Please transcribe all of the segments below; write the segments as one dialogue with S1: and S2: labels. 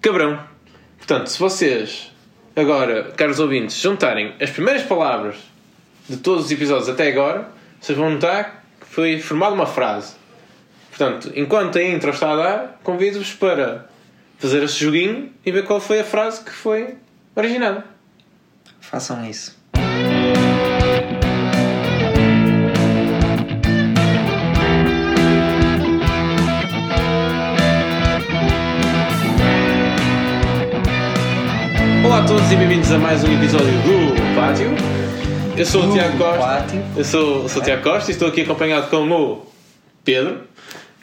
S1: Cabrão. Portanto, se vocês agora, caros ouvintes, juntarem as primeiras palavras de todos os episódios até agora, vocês vão notar que foi formada uma frase. Portanto, enquanto a intro está a dar, convido-vos para fazer este joguinho e ver qual foi a frase que foi originada.
S2: Façam isso.
S1: Olá a todos e bem-vindos a mais um episódio do Pátio. Eu sou o
S2: Do
S1: Tiago Costa.
S2: Pátio.
S1: Eu sou, sou o Tiago Costa e estou aqui acompanhado com o Pedro.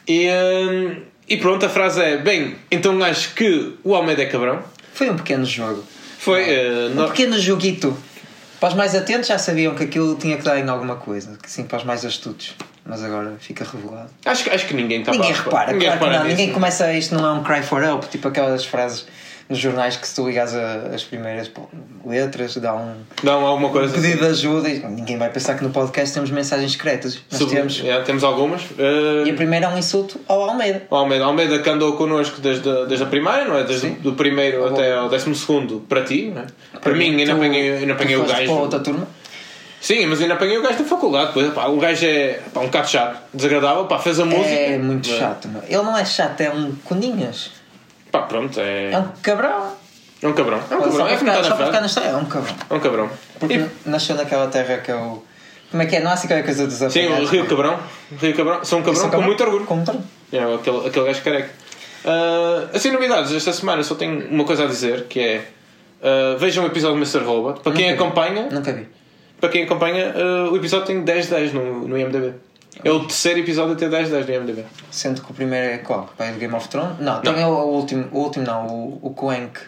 S1: E, hum, e pronto, a frase é: Bem, então acho que o Almeida é cabrão.
S2: Foi um pequeno jogo.
S1: Foi. eh,
S2: Um
S1: no-
S2: pequeno joguito. Para os mais atentos já sabiam que aquilo tinha que dar em alguma coisa. Que sim, para os mais astutos. Mas agora fica revelado.
S1: acho, que- acho que ninguém está
S2: ninguém repara,
S1: Tá Ninguém
S2: claro que
S1: repara
S2: não.
S1: nisso.
S2: Ninguém começa a isto, não é um cry for help, tipo aquelas frases nos jornais que se tu ligas a- as primeiras pô, letras, dá um
S1: Dão alguma coisa.
S2: pedido de ajuda e ninguém vai pensar que no podcast temos mensagens secretas. Nós
S1: Sub-
S2: temos.
S1: é, temos algumas.
S2: E
S1: Eh,
S2: a primeira é um insulto ao Almeida.
S1: o Almeida, Almeida que andou connosco desde, a- desde a primária, não é? Desde
S2: Sim.
S1: o do primeiro
S2: Tá bom.
S1: até ao décimo segundo, para ti, não é? Para, mim, ainda
S2: Tu-
S1: apanhei, ainda
S2: tu
S1: apanhei o
S2: foste
S1: gajo.
S2: Para outra turma.
S1: Sim, mas ainda apanhei o gajo da faculdade. Pois, pá, o gajo é pá, um bocado chato, desagradável, pá, fez a música.
S2: É muito
S1: Mas,
S2: chato, meu. Ele não é chato, é um coninhas.
S1: Pá, pronto, é,
S2: É um cabrão.
S1: é um cabrão. É um
S2: Só
S1: cabrão,
S2: para
S1: é que não
S2: ficar-
S1: está
S2: só
S1: na
S2: para ficar
S1: frase.
S2: na história, é um cabrão.
S1: É um cabrão.
S2: Porque
S1: E-
S2: nasceu naquela terra que é o. Como é que é? Não há assim qualquer coisa dos
S1: sim, o Rio Cabrão. Rio Cabrão. São um
S2: é
S1: cabrão com muito orgulho.
S2: Com muito orgulho.
S1: É, aquele, aquele gajo careca. Ah, assim, novidades, esta semana só tenho uma coisa a dizer, que é... ah, vejam o episódio do Mr. Robot. Para quem
S2: Nunca vi.
S1: acompanha,
S2: Nunca vi.
S1: para quem acompanha ah, o episódio tem 10-10 no, no IMDB. É o terceiro episódio a ter 10-10 no IMDB.
S2: Sendo que o primeiro é qual? É do Game of Thrones? Não, também é o, o último. O último não, o, o Quank.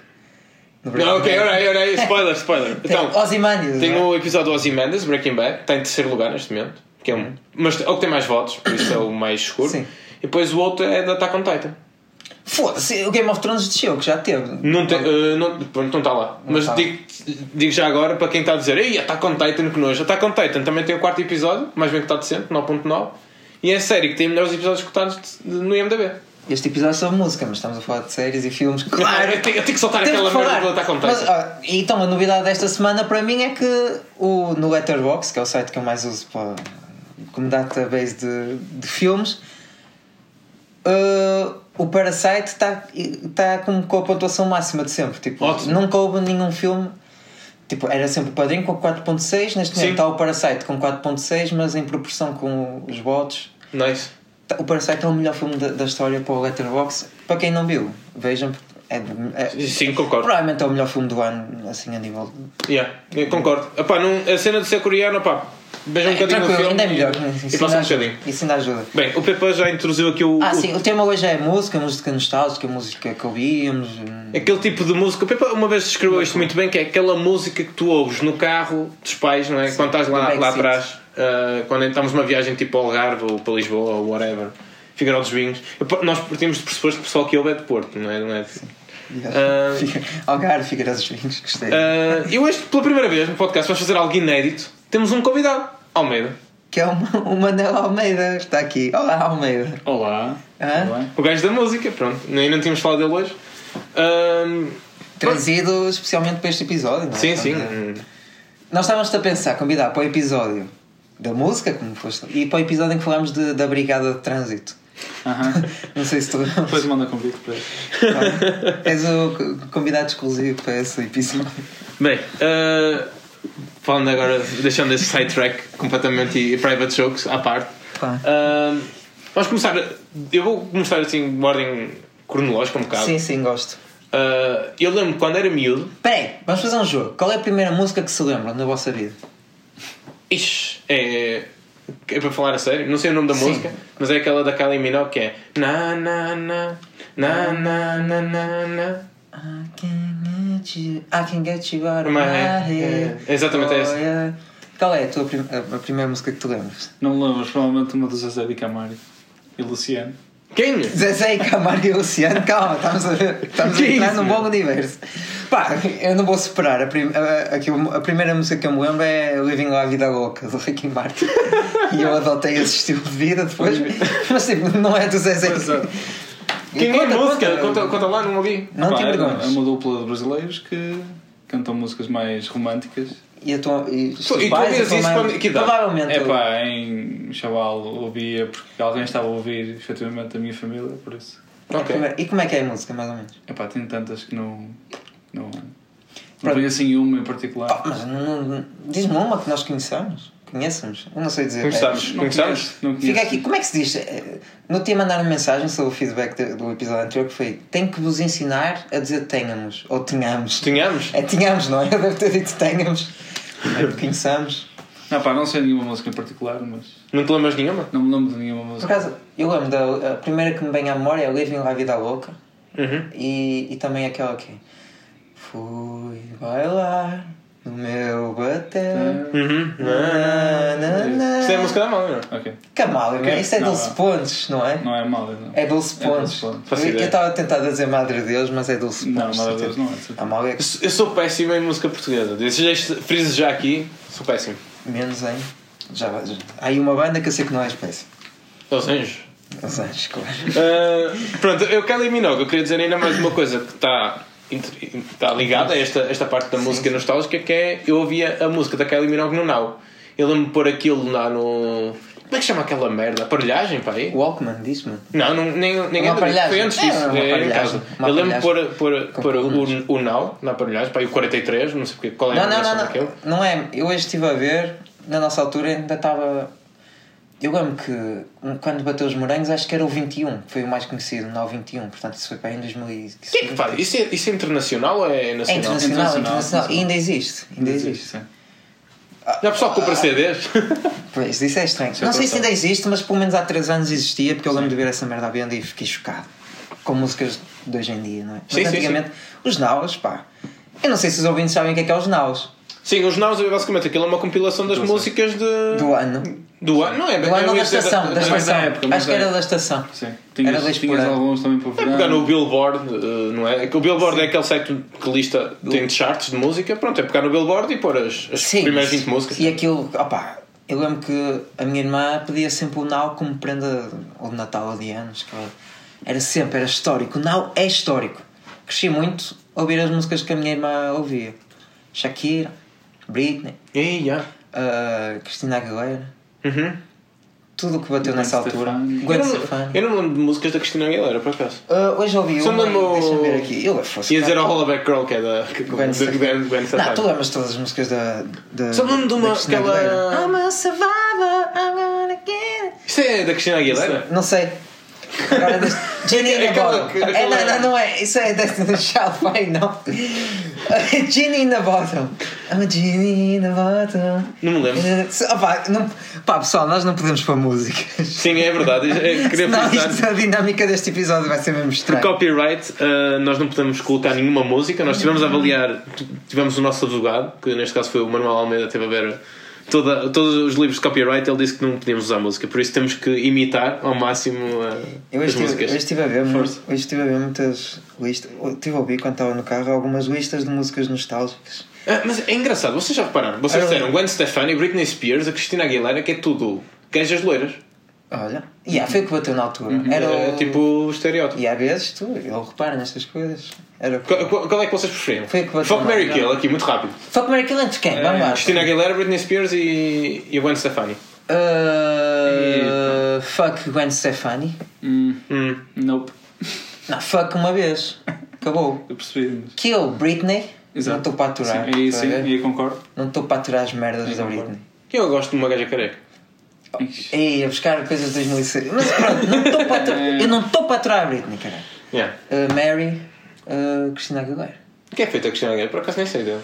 S2: Do Breaking
S1: Não, ok,
S2: Bad.
S1: alright, alright. Spoiler, spoiler.
S2: Tem
S1: Então,
S2: Ozymandias.
S1: Tem
S2: não é?
S1: o episódio do Ozymandias, Breaking Bad, que está em terceiro lugar neste momento, que é um, mas é o que tem mais votos, por isso é o mais escuro.
S2: Uhum. Sim.
S1: E depois o outro é da Attack on Titan.
S2: Foda-se, o Game of Thrones desceu, que já teve.
S1: Não, tem, eh, não, pronto, não está lá. mas
S2: está tá lá.
S1: digo, digo já agora para quem está a dizer, ei, Attack on Titan que nojo. Attack on Titan também tem o quarto episódio, mais bem que está decente, 9.9. E é série que tem melhores episódios escutados de- no IMDB.
S2: Este episódio é sobre música, mas estamos a falar de séries e filmes. Claro!
S1: eu, tenho, eu tenho que soltar
S2: Temos
S1: aquela
S2: que falar.
S1: merda do Attack on Titan.
S2: Mas, ó, então, a novidade desta semana para mim é que o, no Letterboxd, que é o site que eu mais uso para, como database de, de filmes, eh, o Parasite está tá com, com a pontuação máxima de sempre. Tipo,
S1: Ótimo.
S2: nunca houve nenhum filme. Tipo, era sempre o Padrinho com 4.6,
S1: Sim.
S2: neste momento está o Parasite com 4.6, mas em proporção com os votos.
S1: Nice.
S2: Tá, O Parasite é o melhor filme da, da história para o Letterboxd. Para quem não viu, vejam. porque É, de- é,
S1: Sim, concordo.
S2: Provavelmente é o melhor filme do ano, assim, a nível. de-
S1: Yeah, eu concordo. Epá, não, a cena de ser coreana, pá, veja um bocadinho do
S2: Tranquilo,
S1: filme.
S2: ainda é melhor.
S1: E, e passa um bocadinho.
S2: Isso ainda ajuda.
S1: Bem, o Pepa já introduziu aqui o,
S2: Ah,
S1: o-
S2: sim, o tema hoje é música, música nostálgica, música que ouvíamos. hum,
S1: aquele tipo de música. O Pepa uma vez descreveu isto muito bem, que é aquela música que tu ouves no carro dos pais, não é? quando estás
S2: no
S1: lá, lá
S2: backseat.
S1: atrás, ah, quando estamos numa viagem tipo ao Algarve ou para Lisboa ou whatever, Figueirão dos Vinhos. Eu- Nós partimos de pressuposto que o pessoal que ouve é de Porto, não é? Não é de- Ah.
S2: Fica- Algarve, Figueiras dos Vinhos, gostei.
S1: Ah, e hoje, pela primeira vez no podcast, vamos fazer algo inédito. Temos um convidado, Almeida.
S2: Que é o, o Manuel Almeida, está aqui. Olá, Almeida.
S3: Olá,
S2: Hã?
S3: tudo bem?
S1: O gajo da música, pronto. Nem não tínhamos falado dele hoje. Ahm,
S2: Trazido especialmente para este episódio, não é?
S1: sim, sim.
S2: Portanto, Nós estávamos a pensar convidar para o episódio da música, como foste, e para o episódio em que falámos de- da Brigada de Trânsito.
S3: Aham.
S2: Não sei se tu.
S3: Depois manda convite para ele.
S2: És o co- convidado exclusivo para esse episódio.
S1: Bem, ah, falando agora, deixando esse sidetrack completamente e private jokes à parte.
S2: Pá.
S1: Ahm, vamos começar. Eu vou começar assim, de ordem cronológica um bocado.
S2: Sim, sim, gosto.
S1: Ah, eu lembro quando era miúdo.
S2: Peraí, vamos fazer um jogo. Qual é a primeira música que se lembra na vossa vida?
S1: Ixi, é. É para falar a sério, não sei o nome da
S2: Sim.
S1: música, mas é aquela da Kylie Minogue que é. Na na na na na na na na.
S2: I can get you, I can get you out of
S1: Uma-
S2: my
S1: é,
S2: head. Oh,
S1: é, exatamente essa.
S2: yeah. Qual é a, tua prim- a- a primeira música que te lembras?
S3: Não me lembro, mas provavelmente uma do José de Camargo e Luciano.
S1: Quem?
S2: Zezé e Camargo e Luciano, calma, estamos a, ver- estamos a
S1: Que
S2: entrar
S1: isso,
S2: num
S1: meu?
S2: bom universo. Pá, eu não vou superar. A, prim- a- a que eu- a primeira música que eu me lembro é Living La Vida Louca, do Ricky Martin. e eu adotei esse estilo de vida depois, mas tipo, não é do Zezé.
S3: Pois é.
S1: Quem
S2: Conta,
S1: conta, música?
S2: conta.
S1: Conta, conta lá, não ouvi.
S2: Não
S3: Pá,
S2: te
S3: é,
S2: envergonhes.
S3: é uma dupla de brasileiros que cantam músicas mais românticas.
S2: E a tua. E, os
S1: Tu-
S2: teus
S1: e tu
S2: pais,
S1: ouvias
S2: a tua
S1: isso
S2: mãe-
S1: quando- que idade?
S2: Provavelmente.
S3: É pá, em Chaval ouvia porque alguém estava a ouvir efetivamente a minha família, por isso.
S2: É a
S1: Ok.
S2: primeira- E como é que é a música, mais ou menos?
S3: É pá, tem tantas que não. Não, não
S2: Pronto.
S3: tenho assim uma em particular.
S2: Pá, mas não- não- diz-me uma que nós conheçamos. Conheçamos? Eu não sei dizer.
S1: Conheçamos.
S3: Não
S1: Conhecemos?
S3: conheço, não
S2: É,
S3: conheço.
S2: Fica aqui, como é que se diz? É, No dia mandaram mensagem sobre o feedback do, do episódio anterior que foi: tenho que vos ensinar a dizer tenhamos ou tenhamos.
S1: Tínhamos?
S2: É, tínhamos, não é? Eu devo ter dito tenhamos. É, porque conheçamos.
S3: Não, pá, não sei nenhuma música em particular, mas
S1: Não te lembras nenhuma?
S3: não me lembro de nenhuma
S2: Por
S3: música.
S2: acaso, eu lembro da a primeira que me vem à memória é o Living La Vida Louca
S1: Uhum.
S2: e, e também aquela que é, Fui bailar no meu batel.
S1: Uhum.
S2: Na, na, na.
S1: Isto é a música da mão, não é?
S3: Ok,
S2: Que mal, irmão. Isso é
S3: Não,
S2: Dulce
S3: não.
S2: Pontes, não é?
S3: não é mal, não.
S2: É Dulce
S3: É Dulce
S2: Pontes.
S3: Pontes.
S1: Faço
S2: Eu- eu
S1: ideia.
S2: estava a tentar dizer Madre Deus, mas é Dulce
S3: Não,
S2: Pontes.
S3: Madre
S2: certeza.
S3: Deus não, é de certeza.
S2: A mal é
S1: Eu sou- Eu sou péssimo em música portuguesa. Desejo- Friso já aqui, sou péssimo.
S2: menos em. Já, vai- já. Há aí uma banda que eu sei que não é espécie.
S1: É os anjos.
S2: Os anjos, claro.
S1: Ah, pronto, eu Kylie Minogue, eu queria dizer ainda mais uma coisa que está inter- está ligada a esta, esta parte da música nostálgica que é eu ouvia a música da Kylie Minogue no Now. Eu lembro-me de pôr aquilo lá no. Como é que chama aquela merda? Aparelhagem, pá aí?
S2: Walkman, disse-me.
S1: Não, não nem, ninguém
S2: Uma aparelhagem.
S1: Foi antes
S2: É,
S1: disso,
S2: uma
S1: é, em
S2: aparelhagem.
S1: casa.
S2: Uma
S1: eu lembro de pôr,
S2: aparelhagem.
S1: pôr,
S2: Com
S1: pôr
S2: colunas.
S1: o, o Now na aparelhagem, pá, e o 43, não sei porque, qual é a
S2: Não, não,
S1: numeração
S2: não, não.
S1: daquele.
S2: Não é. Eu hoje estive a ver, na nossa altura ainda estava. Eu lembro que um, quando bateu os morangos, acho que era o 21, que foi o mais conhecido, não o 21, portanto isso foi para aí em 2015.
S1: Que é que faz? Isso é, isso é internacional ou é
S2: É
S1: nacional?
S2: internacional, é internacional,
S3: Internacional,
S2: E ainda existe, ainda existe.
S3: Existe, sim.
S1: Já pessoal compra CDs?
S2: Pois, isso é estranho.
S3: é
S2: não sei se
S3: tratado.
S2: ainda existe, mas pelo menos há 3 anos existia, porque eu lembro de ver essa merda à venda e fiquei chocado. Com músicas de hoje em dia, não é? Mas
S1: Sim, sim,
S2: antigamente, os naus, pá. Eu não sei se os ouvintes sabem o que é que é os naus.
S1: Sim, os Naus é basicamente aquilo é uma compilação das
S3: Não sei.
S1: músicas de.
S2: Do ano.
S1: Do ano, não é?
S2: Do ano ou da estação? Da
S3: da- da
S2: estação.
S3: época, mas
S2: Acho que era
S3: é.
S2: da estação.
S3: Sim.
S2: Era dois
S3: Tinhas,
S2: por
S3: tinhas
S2: ano.
S3: alguns também para
S1: Pegar no
S3: verão.
S1: Billboard, eh, não é? Que O Billboard é aquele site que lista, tem charts de música, pronto, é pegar no Billboard e pôr as, as primeiras 20 músicas.
S2: E aquilo, opá, eu lembro que a minha irmã pedia sempre o Now como prenda ou de Natal ou de anos. que Era sempre, era histórico. O Now é histórico. Cresci muito a ouvir as músicas que a minha irmã ouvia: Shakira, Britney,
S1: E, já.
S2: ah, Cristina Aguilera.
S1: Uhum.
S2: Tudo o que bateu
S3: Gwen
S2: nessa altura.
S3: Stefani.
S1: Eu,
S2: Gwen
S1: não,
S2: Stefani.
S1: eu não me lembro de músicas da Cristina Aguilera, por acaso.
S2: Ah, hoje ouvi
S1: Só
S2: uma.
S1: me lembro-
S2: e Deixa-me ver aqui. Eu fosse.
S1: Ia dizer ao Hollaback Girl, que é da
S2: Gwen
S1: de- de-
S2: Stefani.
S1: de- Gwen
S2: Não,
S1: Stefani.
S2: tu lembras todas as músicas da. da
S1: Só me lembro de uma-
S2: da Cristina
S1: aquela-
S2: Aguilera. I'm a survivor, I'm gonna get it.
S1: Isto é da Cristina Aguilera?
S2: Não sei. Agora deste. Jenny in a
S1: Aquela-
S2: Bottle.
S1: aquela-
S2: É, não, não, não é. Isso é Destiny Child, pai, não. Jenny in a Bottle. I'm a Oh, Jenny in a Bottle.
S1: Não me lembro.
S2: Opa, Eh, não, pá, pessoal, nós não podemos pôr músicas.
S1: Sim, é verdade. Eu queria
S2: Senão
S1: frisar.
S2: isto, a dinâmica deste episódio vai ser mesmo estranha.
S1: Copyright, uh, nós não podemos colocar nenhuma música, nós tivemos a avaliar, t- tivemos o nosso advogado, que neste caso foi o Manuel Almeida, teve a ver toda, todos os livros de copyright, ele disse que não podíamos usar música, por isso temos que imitar ao máximo uh,
S2: Eu
S1: as
S2: hoje estive,
S1: músicas.
S2: hoje estive a ver, mu- hoje estive a ver muitas listas. eu Estive a ouvir quando estava no carro algumas listas de músicas nostálgicas.
S1: Ah, mas é engraçado, vocês já repararam, vocês
S2: Ah,
S1: disseram Gwen Stefani, Britney Spears, a Cristina Aguilera, que é tudo gajas loiras,
S2: Olha. E yeah, foi o que bateu na altura. Era
S1: é,
S2: o-
S1: tipo o estereótipo.
S2: E às vezes tu, eu reparo nestas coisas. Era o que-
S1: Qual, qual- qual é que vocês preferiam?
S2: Foi o que bateu
S1: Fuck
S2: na Tá
S1: Mary
S2: altura.
S1: Kill, aqui, muito rápido.
S2: Fuck Mary Kill entre quem? Vamos lá.
S1: É, Cristina Aguilera, Britney Spears e, e a Gwen Stefani.
S2: Uh, fuck Gwen Stefani.
S3: Hum,
S1: Hum.
S3: nope,
S2: Não, fuck uma vez. Acabou.
S3: eu percebi. Mas...
S2: Kill Britney. Não estou para aturar.
S3: Sim, aí
S2: estás a
S3: sim,
S2: ver?
S3: aí concordo.
S2: Não estou para aturar as merdas da
S3: concordo.
S2: Britney.
S1: Eu gosto de uma gaja careca.
S3: Ixi.
S2: Ei, a buscar coisas de 2006. Mas pronto, não estou para aturar.
S1: É.
S2: Eu não estou para aturar a Britney, caralho.
S1: Yeah.
S2: Uh, Mary, uh, Cristina Aguilera.
S1: O que é feito a Cristina Aguilera? Por acaso nem sei dele.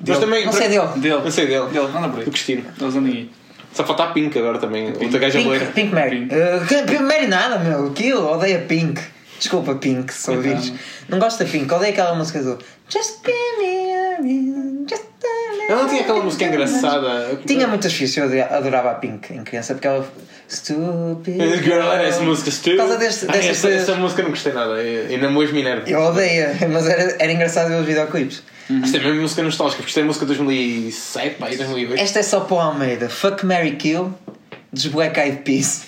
S1: Mas
S2: Dele.
S1: também.
S2: Não sei dele.
S3: Dele.
S1: Não sei dele.
S3: Dele, anda por aí.
S1: Do Cristina.
S3: Eles andam aí.
S1: Só falta a Pink agora também. Outra gaja
S2: Pink,
S1: loira.
S2: Pink Mary.
S3: Pink.
S2: Uh, que- Pink Mary nada, meu. Aquilo, odeia Pink. Desculpa, Pink, se ouvires. Não gosto da Pink, odeio aquela música do Just give me a reason, just a
S1: Ela não tinha aquela música engraçada.
S2: Tinha muitas fichas, eu odia- adorava a Pink em criança porque ela. Stupid.
S1: Girl, era essa música
S2: Por
S1: estúpida.
S2: causa deste,
S1: Ah,
S2: destas
S1: essa,
S2: coisas.
S1: essa música não gostei nada. E- Ainda me hoje Minerva.
S2: Eu odeio, mas era, era engraçado ver os videoclipes.
S1: Esta é mesmo música nostálgica, porque isto é música de 2007, pá, e 2008.
S2: Esta é só para o Almeida. Fuck Mary Kill dos Black Eyed Peas.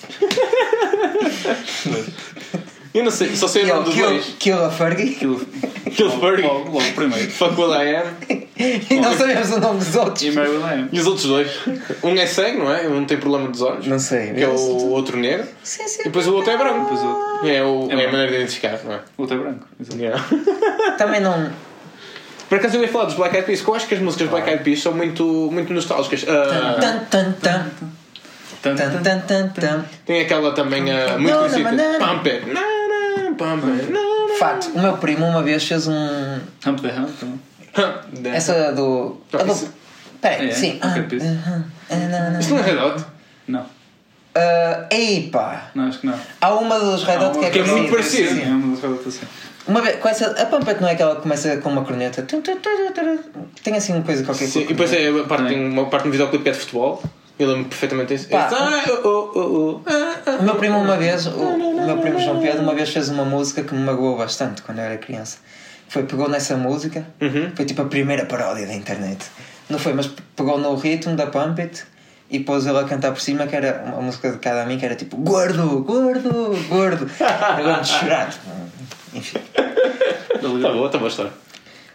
S1: Eu não sei, só sei o
S2: E é
S1: nome
S2: o
S1: um dos
S2: Kill,
S1: dois.
S2: Kill a Fergie.
S3: Aquilo.
S1: Kilberg.
S3: Logo, logo primeiro.
S1: Fuck what I am.
S2: E não sabemos o nome dos outros.
S3: E Mary Lane.
S1: E os outros dois? Um é cego, não é? Um não tem problema dos olhos.
S2: Não sei.
S1: Que é o outro negro.
S2: Sim, sim.
S1: E depois o outro é branco.
S3: Depois o outro.
S1: É, o, é,
S3: É
S1: a maneira de identificar, não é?
S3: O outro é branco. exato.
S1: Yeah.
S2: Ah, Também não.
S1: Por acaso eu ia falar dos Black Eyed Peas, que eu acho que as músicas Black Eyed Peas são muito, muito nostálgicas. Ah,
S2: Tan, tan, tan.
S3: Tan,
S2: Tan,
S3: tan,
S2: tan, tan, tan.
S1: tem aquela também ah, muito
S2: Não, não,
S1: conhecida.
S2: não, não.
S1: Pump it. Na, na, Pump it. Na, na.
S2: Fato, o meu primo uma vez fez um.
S3: Hump the Hump. não?
S1: Hum,
S2: Essa do.
S1: Ah,
S2: A do...
S1: isso-
S2: Peraí,
S3: É,
S2: sim.
S3: ok, isso.
S1: Isto não é Red Hot?
S3: Não.
S2: Ah, ei pá!
S3: Não, acho que não.
S2: Há uma dos Red Hot que é
S1: que é muito
S2: parecida.
S1: parecida.
S3: Sim, é uma das coisas assim.
S2: Uma vez, com essa, a Pumpet não é aquela que começa com uma corneta. Tum, tum, tum, tum, tum. Tem assim uma coisa qualquer
S1: Sim, e depois
S2: coisa.
S1: é a parte,
S3: Também.
S1: uma parte no videoclipe que é de futebol. Eu lembro perfeitamente disso.
S2: Pá.
S1: It's, ah, oh, oh, oh, oh, ah, ah,
S2: O meu primo uma vez, o, o meu primo João Pedro, uma vez fez uma música que me magoou bastante quando eu era criança. Foi, pegou nessa música,
S1: Uhum.
S2: foi tipo a primeira paródia da internet. Não foi, mas pegou no ritmo da Pump It e pôs ele a cantar por cima, que era uma música de cada mim, que era tipo gordo, gordo, gordo. Eu lembro de chorar. tipo, Enfim.
S1: Tá boa, tá boa a história.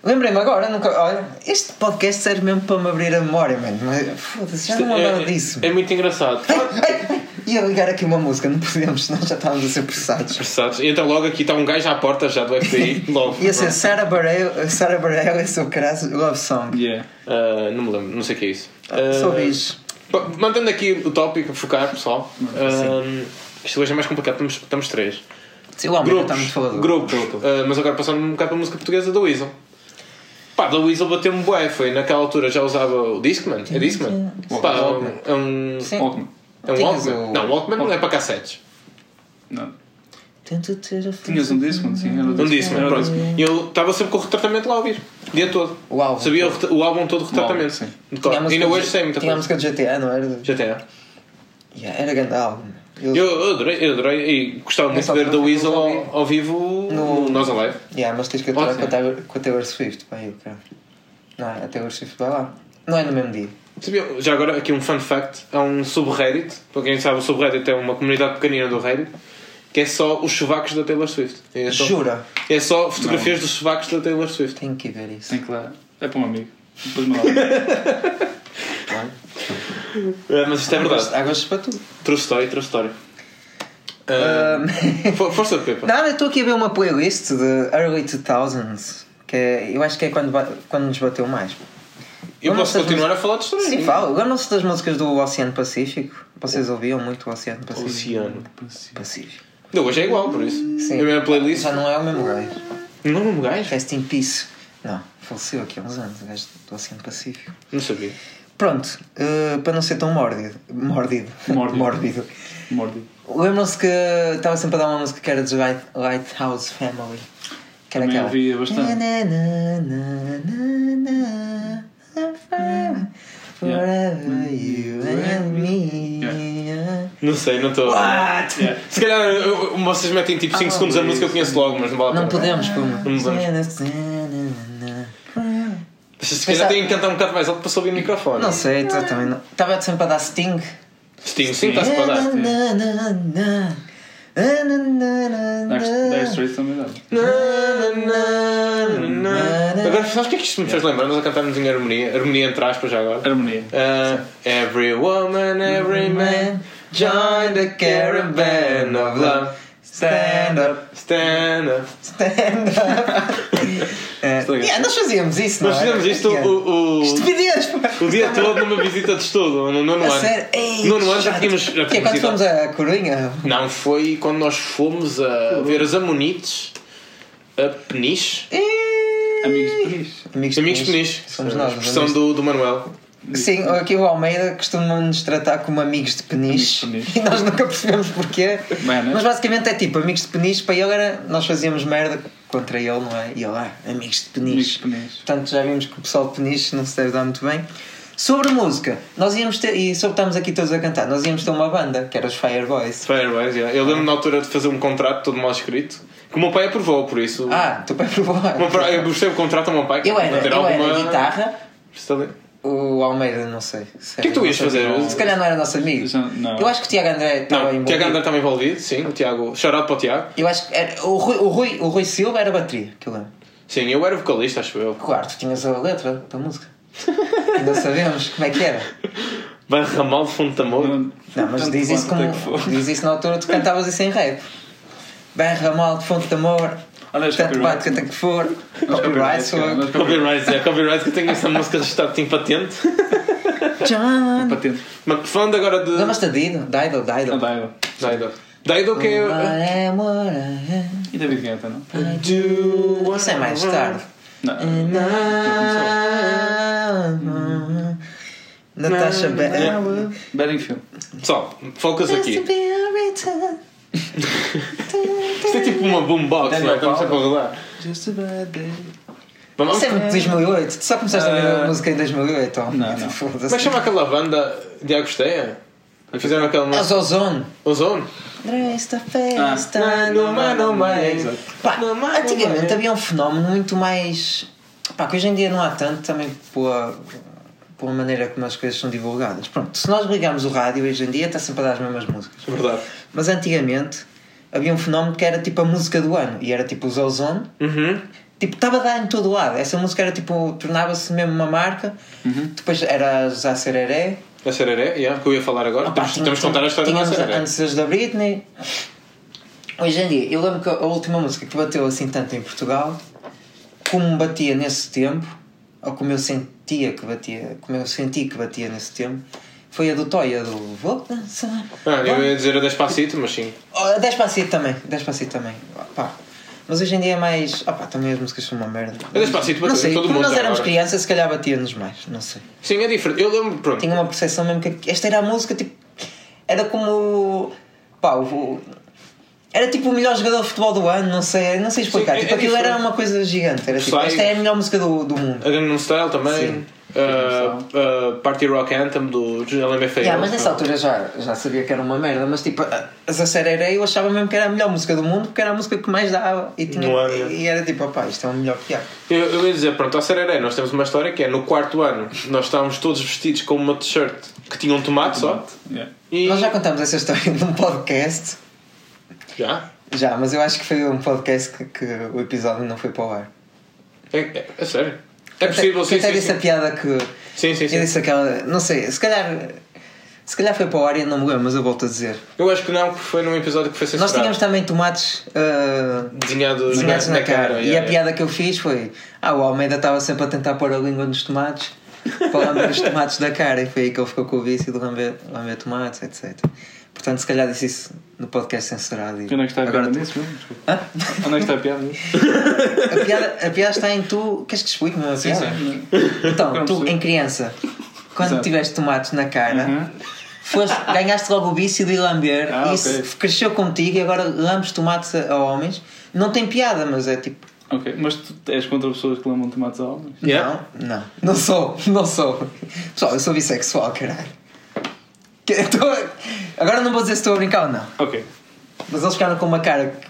S2: Lembrei-me agora, nunca. Olha, este podcast serve mesmo para me abrir a memória, mano. Mas foda-se, já não me lembrava disso.
S1: É, é muito engraçado.
S2: Ia ligar aqui uma música, não podemos, senão já estávamos a ser processados.
S1: Engraçado. E então logo aqui está um gajo à porta já do FBI. Logo.
S2: Ia ser assim. Sarah Bareilles, Sarah é Bareilles, seu caralho, Love Song.
S3: Yeah.
S1: Ah, não me lembro, não sei o que é isso.
S2: Sou
S1: Ah,
S2: bicho.
S1: Bom, Mantendo aqui o tópico, focar, pessoal. Ahm, isto hoje é mais complicado, estamos, estamos três.
S2: Sim, o Almeida está Ah, tá muito falador.
S1: grupos. Ah, mas agora passando um bocado para a música portuguesa da Weasel. Pá, da Weasel bateu-me bué, foi naquela altura já usava o Discman. É Discman?
S3: sim.
S1: Pá, é um- é um.
S2: Sim.
S3: Walkman.
S1: É um
S2: Tinhas
S1: Walkman?
S2: o-
S1: Não, Walkman não é para cassetes.
S3: Não.
S2: Tento ter a
S3: Tinhas um Discman, sim. Era
S1: Um Discman,
S3: Era
S1: pronto. E eu estava sempre com o retratamento lá a ouvir, o dia todo.
S2: O álbum.
S1: Sabia o, reta- o álbum todo de
S3: álbum,
S1: retratamento.
S3: sim.
S1: De
S2: Tinha
S1: cor.
S2: a música
S1: Ainda
S2: do-
S1: hoje sei muita
S2: Tinha a
S1: coisa.
S2: música de GTA, não era?
S1: Já tem, é?
S2: Yeah, era grande álbum. Eu-
S1: Eu eu adorei, eu adorei e gostava muito de ver The Weasel ao, ao vivo no Nós Alive.
S2: Yeah, mas tens que aturar
S1: Pode
S2: com a Taylor- com a Taylor Swift, pá, eu creio. Não, a Taylor Swift vai lá. Não é no mesmo dia.
S1: Sabiam, já agora aqui um fun fact, há um subreddit, para quem sabe o subreddit é uma comunidade pequenina do Reddit, que é só os sovacos da Taylor Swift. É só,
S2: Jura?
S1: É só fotografias dos sovacos da Taylor Swift.
S2: Tenho que ir ver isso.
S3: Tem que lá. É para um amigo. Depois mandava.
S1: É, mas isto é verdade.
S2: Há gostos para tudo.
S1: True story, true story. Ah, for- força, Pepa.
S2: Um, Não, eu estou aqui a ver uma playlist de early 2000s, que é- eu acho que é quando, ba- quando nos bateu mais.
S1: Eu
S2: Não,
S1: posso
S2: não sei,
S1: continuar a falar de história.
S2: Sim, falo. Lembram-se das músicas do Oceano Pacífico? Vocês ouviam muito o Oceano Pacífico?
S1: Oceano.
S2: Pacífico.
S1: Não, hoje é igual, por isso.
S2: Sim.
S1: É a mesma playlist.
S2: Já não é o mesmo gajo.
S1: Não, não me gajo.
S2: Rest in peace. Não, faleceu aqui há uns anos, o gajo do Oceano Pacífico.
S1: Não sabia.
S2: Pronto, eh, para não ser tão mórbido. Mórbido.
S3: Mórbido.
S2: mórbido.
S3: Mórbido.
S2: Lembram-se que estava sempre a dar uma música que era dos Light- Lighthouse Family. Que era
S3: Também
S2: aquela.
S3: ouvia bastante.
S2: Na, na, na, na, na, forever, forever
S3: Uhum.
S2: you and me.
S1: Não sei, não estou.
S2: What?
S1: Yeah. Se calhar eu- eu- vocês metem tipo
S2: Ah,
S1: 5 segundos a música eu conheço logo, mas não vale a
S2: é Não
S1: pena.
S2: podemos, é
S1: Não
S2: Puma.
S1: podemos. Se calhar têm que cantar um bocado mais alto para subir o microfone.
S2: Não sei, tu também não. Estava sempre a dar Sting.
S1: Sting, sim, está-se para dar.
S2: Na, na, na, na. Na, na, na, na, na.
S3: Dire Straits também dá.
S1: Agora, sabes o que é que isto me fez lembrar? Nós a cantarmos em harmonia, harmonia entre aspas já agora.
S3: Harmonia.
S1: Uh, every woman, every
S2: Mm-hmm.
S1: man, join the caravan of love.
S2: Stand up,
S1: Stand up.
S2: stand up. Eh,
S1: Estou ligado.
S2: yeah, nós fazíamos isso, não
S1: é Nós
S2: é?
S1: fizemos isto
S2: Yeah.
S1: o, o,
S2: Estupidez, pá.
S1: o dia todo numa visita de estudo, no nono
S2: A
S1: ano.
S2: sério? Ei,
S1: Nono ano já
S2: chato.
S1: tínhamos. já
S2: Que é
S1: tínhamos
S2: quando
S1: ido ao-
S2: fomos à Coruña?
S1: Não, foi quando nós fomos a ver as Amonites a Peniche.
S2: Ih,
S3: Amigos de Paris.
S2: Amigos
S1: Amigos de
S2: de Peniche.
S1: Peniche.
S2: Somos
S1: A
S2: nós,
S1: Expressão
S2: amigos.
S1: do, do Manuel.
S2: Sim, aqui o Almeida costuma nos tratar como amigos de peniche
S3: Amigos de Peniche.
S2: e nós nunca percebemos porquê.
S3: Bem, né?
S2: Mas basicamente é tipo, amigos de peniche, para ele era, nós fazíamos merda contra ele, não é? E ele, ah, amigos de
S3: Amigos
S2: peniche.
S3: de Paris.
S2: Portanto, já vimos que o pessoal de peniche não se deve dar muito bem. Sobre música, nós íamos ter, e sobre estamos aqui todos a cantar, nós íamos ter uma banda, que era os Fireboys.
S1: Fireboys, yeah. Eu lembro na altura de fazer um contrato todo mal escrito, que o meu pai aprovou, por isso.
S2: Ah, tu para provar.
S1: O meu pai- eu gostei do contrato ao meu pai. que
S2: Eu
S1: para
S2: era,
S1: ter
S2: eu era
S1: alguma-
S2: guitarra,
S1: Está ali.
S2: O Almeida, não sei.
S1: O que é que tu ias fazer?
S2: Se calhar não era nosso amigo.
S3: Isso não-
S2: Eu acho que o Tiago André
S1: Não,
S2: estava
S1: o
S2: em
S1: Tiago André estava envolvido, sim. O Tiago. Chorado para o Tiago.
S2: Eu acho que era, o, Rui, o, Rui, o Rui Silva era bateria, que eu lembro.
S1: Sim, eu era vocalista, acho eu.
S2: Claro, tu tinhas a letra da música. Ainda sabemos como é que era.
S1: Barramal de Fonte de Amor.
S2: Não, mas diz isso, como, diz isso na altura, tu cantavas isso em rap. Bem ramal de fonte de amor,
S3: Olha, os
S2: tanto bate que
S3: copyrights.
S2: até que for,
S3: Os
S2: copyright,
S3: copyrights, cara,
S2: so-
S3: nós copyrights.
S1: Copyright, é copyright que eu tenho essa música registrada em patente.
S2: John.
S3: Patente.
S1: Mas falando agora de.
S2: Lembras-te da Dido? Dido,
S3: Não
S2: Dido.
S3: dá, eu.
S1: Daido. Daido que é.
S2: What am what I
S3: E David Guetta, não?
S2: am, I do. é, Isso é mais tarde.
S3: Não.
S2: Now- Natasha Bell.
S3: Bedingfield.
S1: Pessoal, focus aqui.
S2: Isto
S1: Isto é tipo uma boombox, não é?
S3: Daniel
S1: Estamos a
S3: Paulo.
S1: congelar.
S3: Just a bad day.
S1: Vamos.
S2: é muito 2008. Tu só começaste a ouvir
S3: Ah.
S2: a música em 2008, oh,
S3: Não, não.
S2: foda-se.
S1: Como é que chama aquela banda de Agosteia? Fizeram aquela
S2: É o
S1: música.
S2: Zozone.
S1: Ozone?
S2: Dresta
S1: Ah.
S2: festa
S1: Numa, numa, é.
S2: Exato. Pá,
S1: Numa,
S2: antigamente
S1: numa, é.
S2: havia um fenómeno muito mais. Pá, que hoje em dia não há tanto também pela, pela maneira como as coisas são divulgadas. Pronto, se nós ligarmos o rádio hoje em dia está sempre a dar as mesmas músicas.
S1: Verdade.
S2: Mas antigamente havia um fenómeno que era tipo a música do ano e era tipo o Zozone.
S1: Uhum.
S2: Tipo, estava a dar em todo lado. Essa música era tipo, tornava-se mesmo uma marca.
S1: Uhum.
S2: Depois era a Sereré.
S1: A Sereré, yeah, que eu ia falar agora.
S2: Ah, pá,
S1: temos, temos que contar a história da
S2: tínhamos
S1: Sereré.
S2: antes das da Britney. Hoje em dia, eu lembro que a última música que bateu assim tanto em Portugal, como batia nesse tempo, ou como eu sentia que batia, como eu senti que batia nesse tempo, foi a do Toya, do Vou dançar.
S1: Ah, eu ia dizer a Despacito, mas sim.
S2: Oh, 10 para si também, 10 para si também. Pá. Mas hoje em dia é mais. Ah, pá, também as músicas são uma merda.
S1: A Despacito bateu
S2: não
S1: em
S2: sei,
S1: todo
S2: como
S1: mundo
S2: nós éramos
S1: agora.
S2: crianças, se calhar batia-nos mais, não sei
S1: Sim, é diferente. Eu lembro, pronto.
S2: tinha uma percepção mesmo que esta era a música, tipo, era como. pá, o. Era tipo o melhor jogador de futebol do ano, não sei, não sei explicar.
S1: Sim, é-
S2: tipo,
S1: é
S2: aquilo era
S1: diferente.
S2: uma coisa gigante. Era tipo,
S1: Sai-
S2: esta é a melhor música do, do mundo.
S1: A Gangnam Style também.
S2: Sim.
S1: Ah, ah, Party Rock Anthem do LMFAO.
S2: Yeah, mas nessa altura já, já sabia que era uma merda, mas tipo, a- a Zacererei eu achava mesmo que era a melhor música do mundo porque era a música que mais dava e, tinha,
S1: No ano.
S2: e, e era tipo, opá, isto é o melhor que há.
S1: Eu, eu ia dizer, pronto, a Sereré, nós temos uma história que é no quarto ano, nós estávamos todos vestidos com uma t-shirt que tinha um tomate só.
S3: Yeah.
S1: E.
S2: Nós já contamos essa história num podcast,
S1: Já?
S2: já, mas eu acho que foi um podcast que, que o episódio não foi para o ar.
S1: É, é, é sério. É possível,
S2: Eu
S1: sim,
S2: até
S1: sim,
S2: disse a
S1: sim.
S2: piada que
S1: Sim, sim, sim.
S2: Eu disse aquela. Não sei, se calhar. Se calhar foi para o ar e eu não me lembro, mas eu volto a dizer.
S1: Eu acho que não, porque foi num episódio que foi
S2: Nós
S1: censurado.
S2: tínhamos também tomates ah,
S1: desenhados,
S2: desenhados na, cara. e
S1: yeah,
S2: a
S1: yeah.
S2: piada que eu fiz foi: Ah, o Almeida estava sempre a tentar pôr a língua nos tomates para lamber os tomates da cara. E foi aí que ele ficou com o vício de lamber, lamber tomates, etc. Portanto, se calhar disse isso no podcast censurado. E
S3: Onde é que está a piada
S2: agora tu-
S3: nisso mesmo? Desculpa.
S2: Hã?
S3: Onde é que está a piada?
S2: a, piada, a piada está em tu. Queres que explique mesmo a
S3: Sim,
S2: piada?
S3: sim.
S2: Então,
S3: Quando
S2: tu
S3: sou-
S2: em criança, quando
S3: Exato.
S2: tiveste tomates na cara,
S3: Uhum.
S2: foste- ganhaste logo o vício de lamber
S3: Ah,
S2: e
S3: ok.
S2: isso cresceu contigo e agora lambes tomates a, a homens. Não tem piada, mas é tipo.
S3: Ok, mas tu és contra pessoas que lamam tomates a almas?
S1: Yeah.
S2: Não, não. Não sou, não sou. Pessoal, eu sou bissexual, caralho. Que- eu tô- Agora não vou dizer se estou a brincar ou não,
S3: Ok.
S2: mas eles ficaram com uma cara que-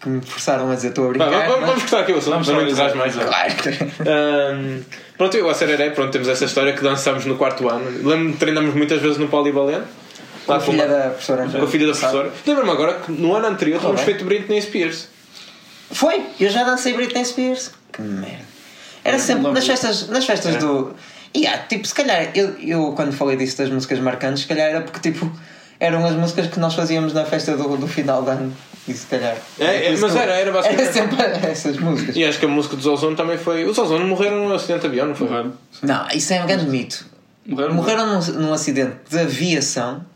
S2: que me forçaram a dizer estou a
S1: Vá,
S2: brincar.
S1: vá, vamos,
S2: mas-
S1: vamos cortar aqui o assunto,
S3: Vamos
S1: para não
S3: só-
S1: entrar mais.
S2: Claro, caralho.
S1: Ahm, pronto, eu a Sereré, pronto, temos essa história que dançámos no quarto ano. Lembro-me que treinámos muitas vezes no Polivalente.
S2: Com
S1: Lá
S2: a
S1: com
S2: filha da professora
S1: com a
S2: Angela.
S1: filha da professora. Lembro-me agora que no ano anterior tínhamos
S2: bem.
S1: feito Britney Spears.
S2: Foi, eu já dancei Britney Spears. Que merda. Era sempre nas festas, nas
S1: É.
S2: festas do. E há, tipo, se calhar, eu, eu quando falei disso das músicas marcantes, se calhar era porque tipo. Eram as músicas que nós fazíamos na festa do, do final de ano. E se calhar.
S1: É, é,
S2: por isso
S1: mas
S2: que eu-
S1: era- era basicamente-
S2: Era sempre essas músicas.
S1: E acho que a música dos Ozone também foi. Os Ozone morreram num acidente de avião, não foi?
S3: Morreram.
S2: Não, isso é um grande mito.
S1: um
S3: Morreram?
S2: Morreram num, num acidente de aviação.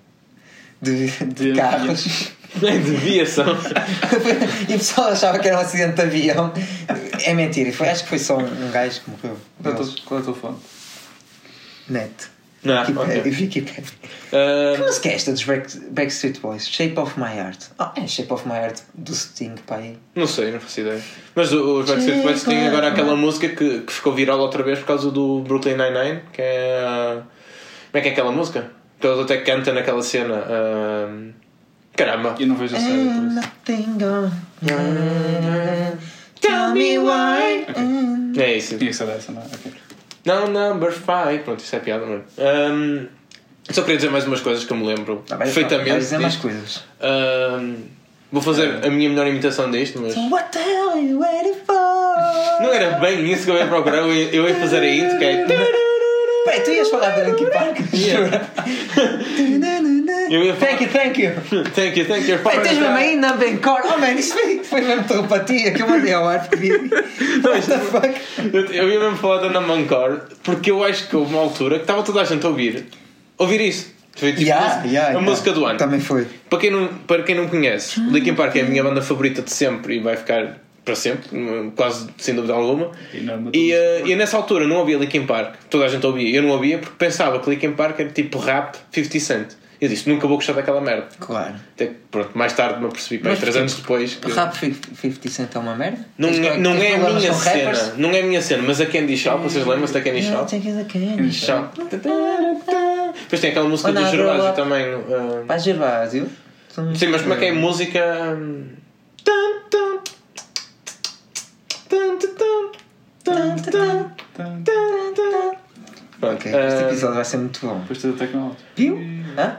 S2: De, de
S3: De
S2: carros.
S1: Nem deviação.
S2: e o pessoal achava que era um acidente de avião. É mentira. e Foi, acho que foi só um, um gajo que morreu.
S1: Tá
S3: Qual é a tua- qual é a tua fonte?
S2: Net.
S1: Não, Ah,
S2: Wikipedia.
S1: ok. Ah,
S2: Wikipedia. Que
S1: Ahm,
S2: música é esta dos Back- Backstreet Boys? Shape of My Heart. Ah, é Shape of My Heart do Sting, pai.
S1: não sei, não faço ideia. Mas o- os Backstreet Boys têm agora aquela música que, que ficou viral outra vez por causa do Brooklyn Nine-Nine, que é. ah, Como é que é aquela música? Que eles até cantam naquela cena. ahm, Caramba!
S3: Eu não vejo a
S1: é
S3: série por
S2: Ain't
S3: isso.
S2: nothing
S1: Hum.
S2: gone. Tell me Hum. why.
S1: É isso.
S3: Tinha que ser essa, não é? Ok.
S1: Não, number five. Pronto, isso é piada, mano. Ahm, só queria dizer mais umas coisas que eu me lembro
S2: Tá bem,
S1: perfeitamente.
S2: Vais dizer mais
S1: disto.
S2: coisas.
S1: Ahm, vou fazer
S2: É.
S1: a minha melhor imitação disto, mas.
S2: What the hell are you waiting for?
S1: Não era bem isso que eu ia procurar, eu ia, eu ia fazer a intro, que é.
S2: Peraí, tu ias falar do Linkin Park?
S1: Yeah. Eu ia falar-
S2: Thank you, thank you.
S1: Thank you, thank you.
S2: Peraí, tens mesmo aí na Bencor? Oh man, isso foi, foi mesmo telepatia que eu mandei ao ar pedido. What the fuck?
S1: Eu, eu ia mesmo falar da Ana Mancor, porque eu acho que houve uma altura que estava toda a gente a ouvir, ouvir isso. Foi tipo
S2: Yeah,
S1: a
S2: yeah, yeah.
S1: música do ano.
S2: Também foi.
S1: Para quem, não, para quem não conhece,
S2: Ah,
S1: Linkin Park é a minha banda favorita de sempre e vai ficar para sempre, hum, quase sem dúvida alguma.
S3: E não é uma
S1: E,
S3: dúvida.
S1: uh, e nessa altura não havia Linkin Park, toda a gente ouvia, eu não ouvia porque pensava que Linkin Park era tipo rap 50 Cent. Eu disse, nunca vou gostar daquela merda.
S2: Claro.
S1: Até que, pronto, mais tarde me apercebi, pá,
S2: Mas
S1: três
S2: porquê?
S1: anos depois. Que...
S2: Rap 50 Cent é uma merda?
S1: Não,
S2: Tens-
S1: é- não
S2: tens
S1: é a
S2: problemas
S1: minha
S2: com
S1: cena,
S2: rappers?
S1: não é a minha cena, mas a Candy Shop, vocês lembram-se da Candy
S2: Yeah,
S1: Shop?
S2: take it again.
S1: Shop. Depois tem aquela música
S2: Olha,
S1: do
S2: agora-
S1: Gervásio também. ah,
S2: Pá, Gervásio. tu-
S1: Sim, mas como é que é a música. hum, tan, tan, tan, tan, tan, tan, tan,
S3: Tan.
S1: tan, tan. Pronto,
S2: Ok,
S1: ah,
S2: este episódio vai ser muito bom.
S3: Depois tens a Tecnologia.
S2: Viu? Hã?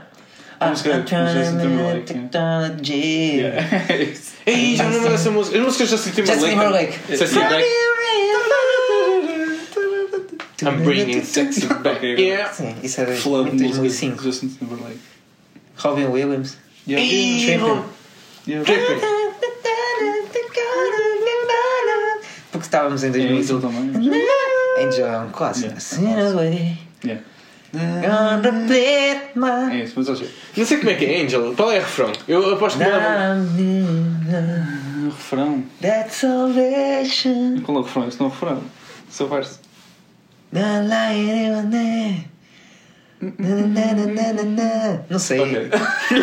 S2: Ah, tá,
S3: Vamos ver,
S2: I'm trying
S3: vamos ver se
S2: to
S3: Timberlake,
S2: technology.
S3: Yeah. É isso.
S1: Ei, já me lembro dessa música. As músicas já se
S2: Justin Timberlake.
S1: é I'm bringing sexy back.
S3: Ok,
S1: Yeah.
S2: Sim, isso é de
S3: Flow de música
S2: 2005.
S3: de Justin Timberlake.
S2: Robin Williams.
S3: Yeah,
S1: Ei,
S3: yeah,
S1: vou-
S3: yeah.
S1: Tripping.
S2: Porque estávamos em
S3: É Angel
S2: 2005.
S3: também. mas-
S2: Angel é um clássico.
S3: Yeah.
S2: Assim, eu vou ir.
S3: Yeah.
S2: Gonna bet my-
S3: É isso, mas olha.
S1: Não sei como é que é, Angel. Qual é o refrão? Eu aposto que não é.
S3: O é um refrão.
S2: That's salvation.
S3: Qual é o refrão? Isso não é o refrão. Isso é o verso.
S2: Not lying in my name. Na, na, na, na, na. Não sei.
S3: Ok.
S2: I'm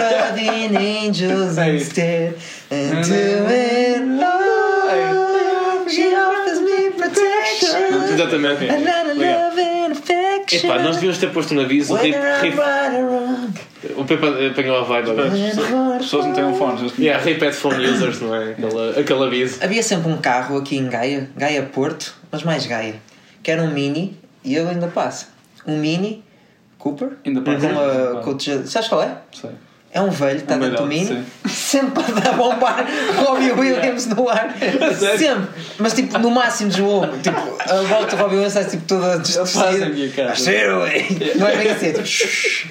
S2: loving angels
S3: Sei.
S2: instead. And to it all, she offers me protection.
S1: Exatamente.
S2: And not a
S3: Legal.
S2: love and affection.
S1: Epá, nós devíamos ter posto um aviso. Riff,
S2: Whether I'm
S1: riff.
S2: right or wrong.
S1: O Pepa apanhou a vibe agora.
S3: As pessoas- as pessoas não têm um fone. Justin
S1: Yeah, Rip Headphone Users, não é? Aquele, aquele aviso.
S2: Havia sempre um carro aqui em Gaia, Gaia Porto, mas mais Gaia, que era um Mini, e ele ainda passa. Um Mini Cooper,
S3: Ainda passa,
S2: com
S3: ainda
S2: uma.
S3: passa.
S2: Com o teja- sabes qual é?
S3: Sei.
S2: É um velho, está
S3: Um
S2: dentro do
S3: velhote,
S2: Mini, sempre a dar bombar Robbie Williams no ar, sempre, mas tipo, no máximo desvoou, tipo, a volta do Robbie Williams está tipo toda Ah,
S3: Passa a minha
S2: destruída.
S3: cara.
S2: Não é bem assim, é tipo,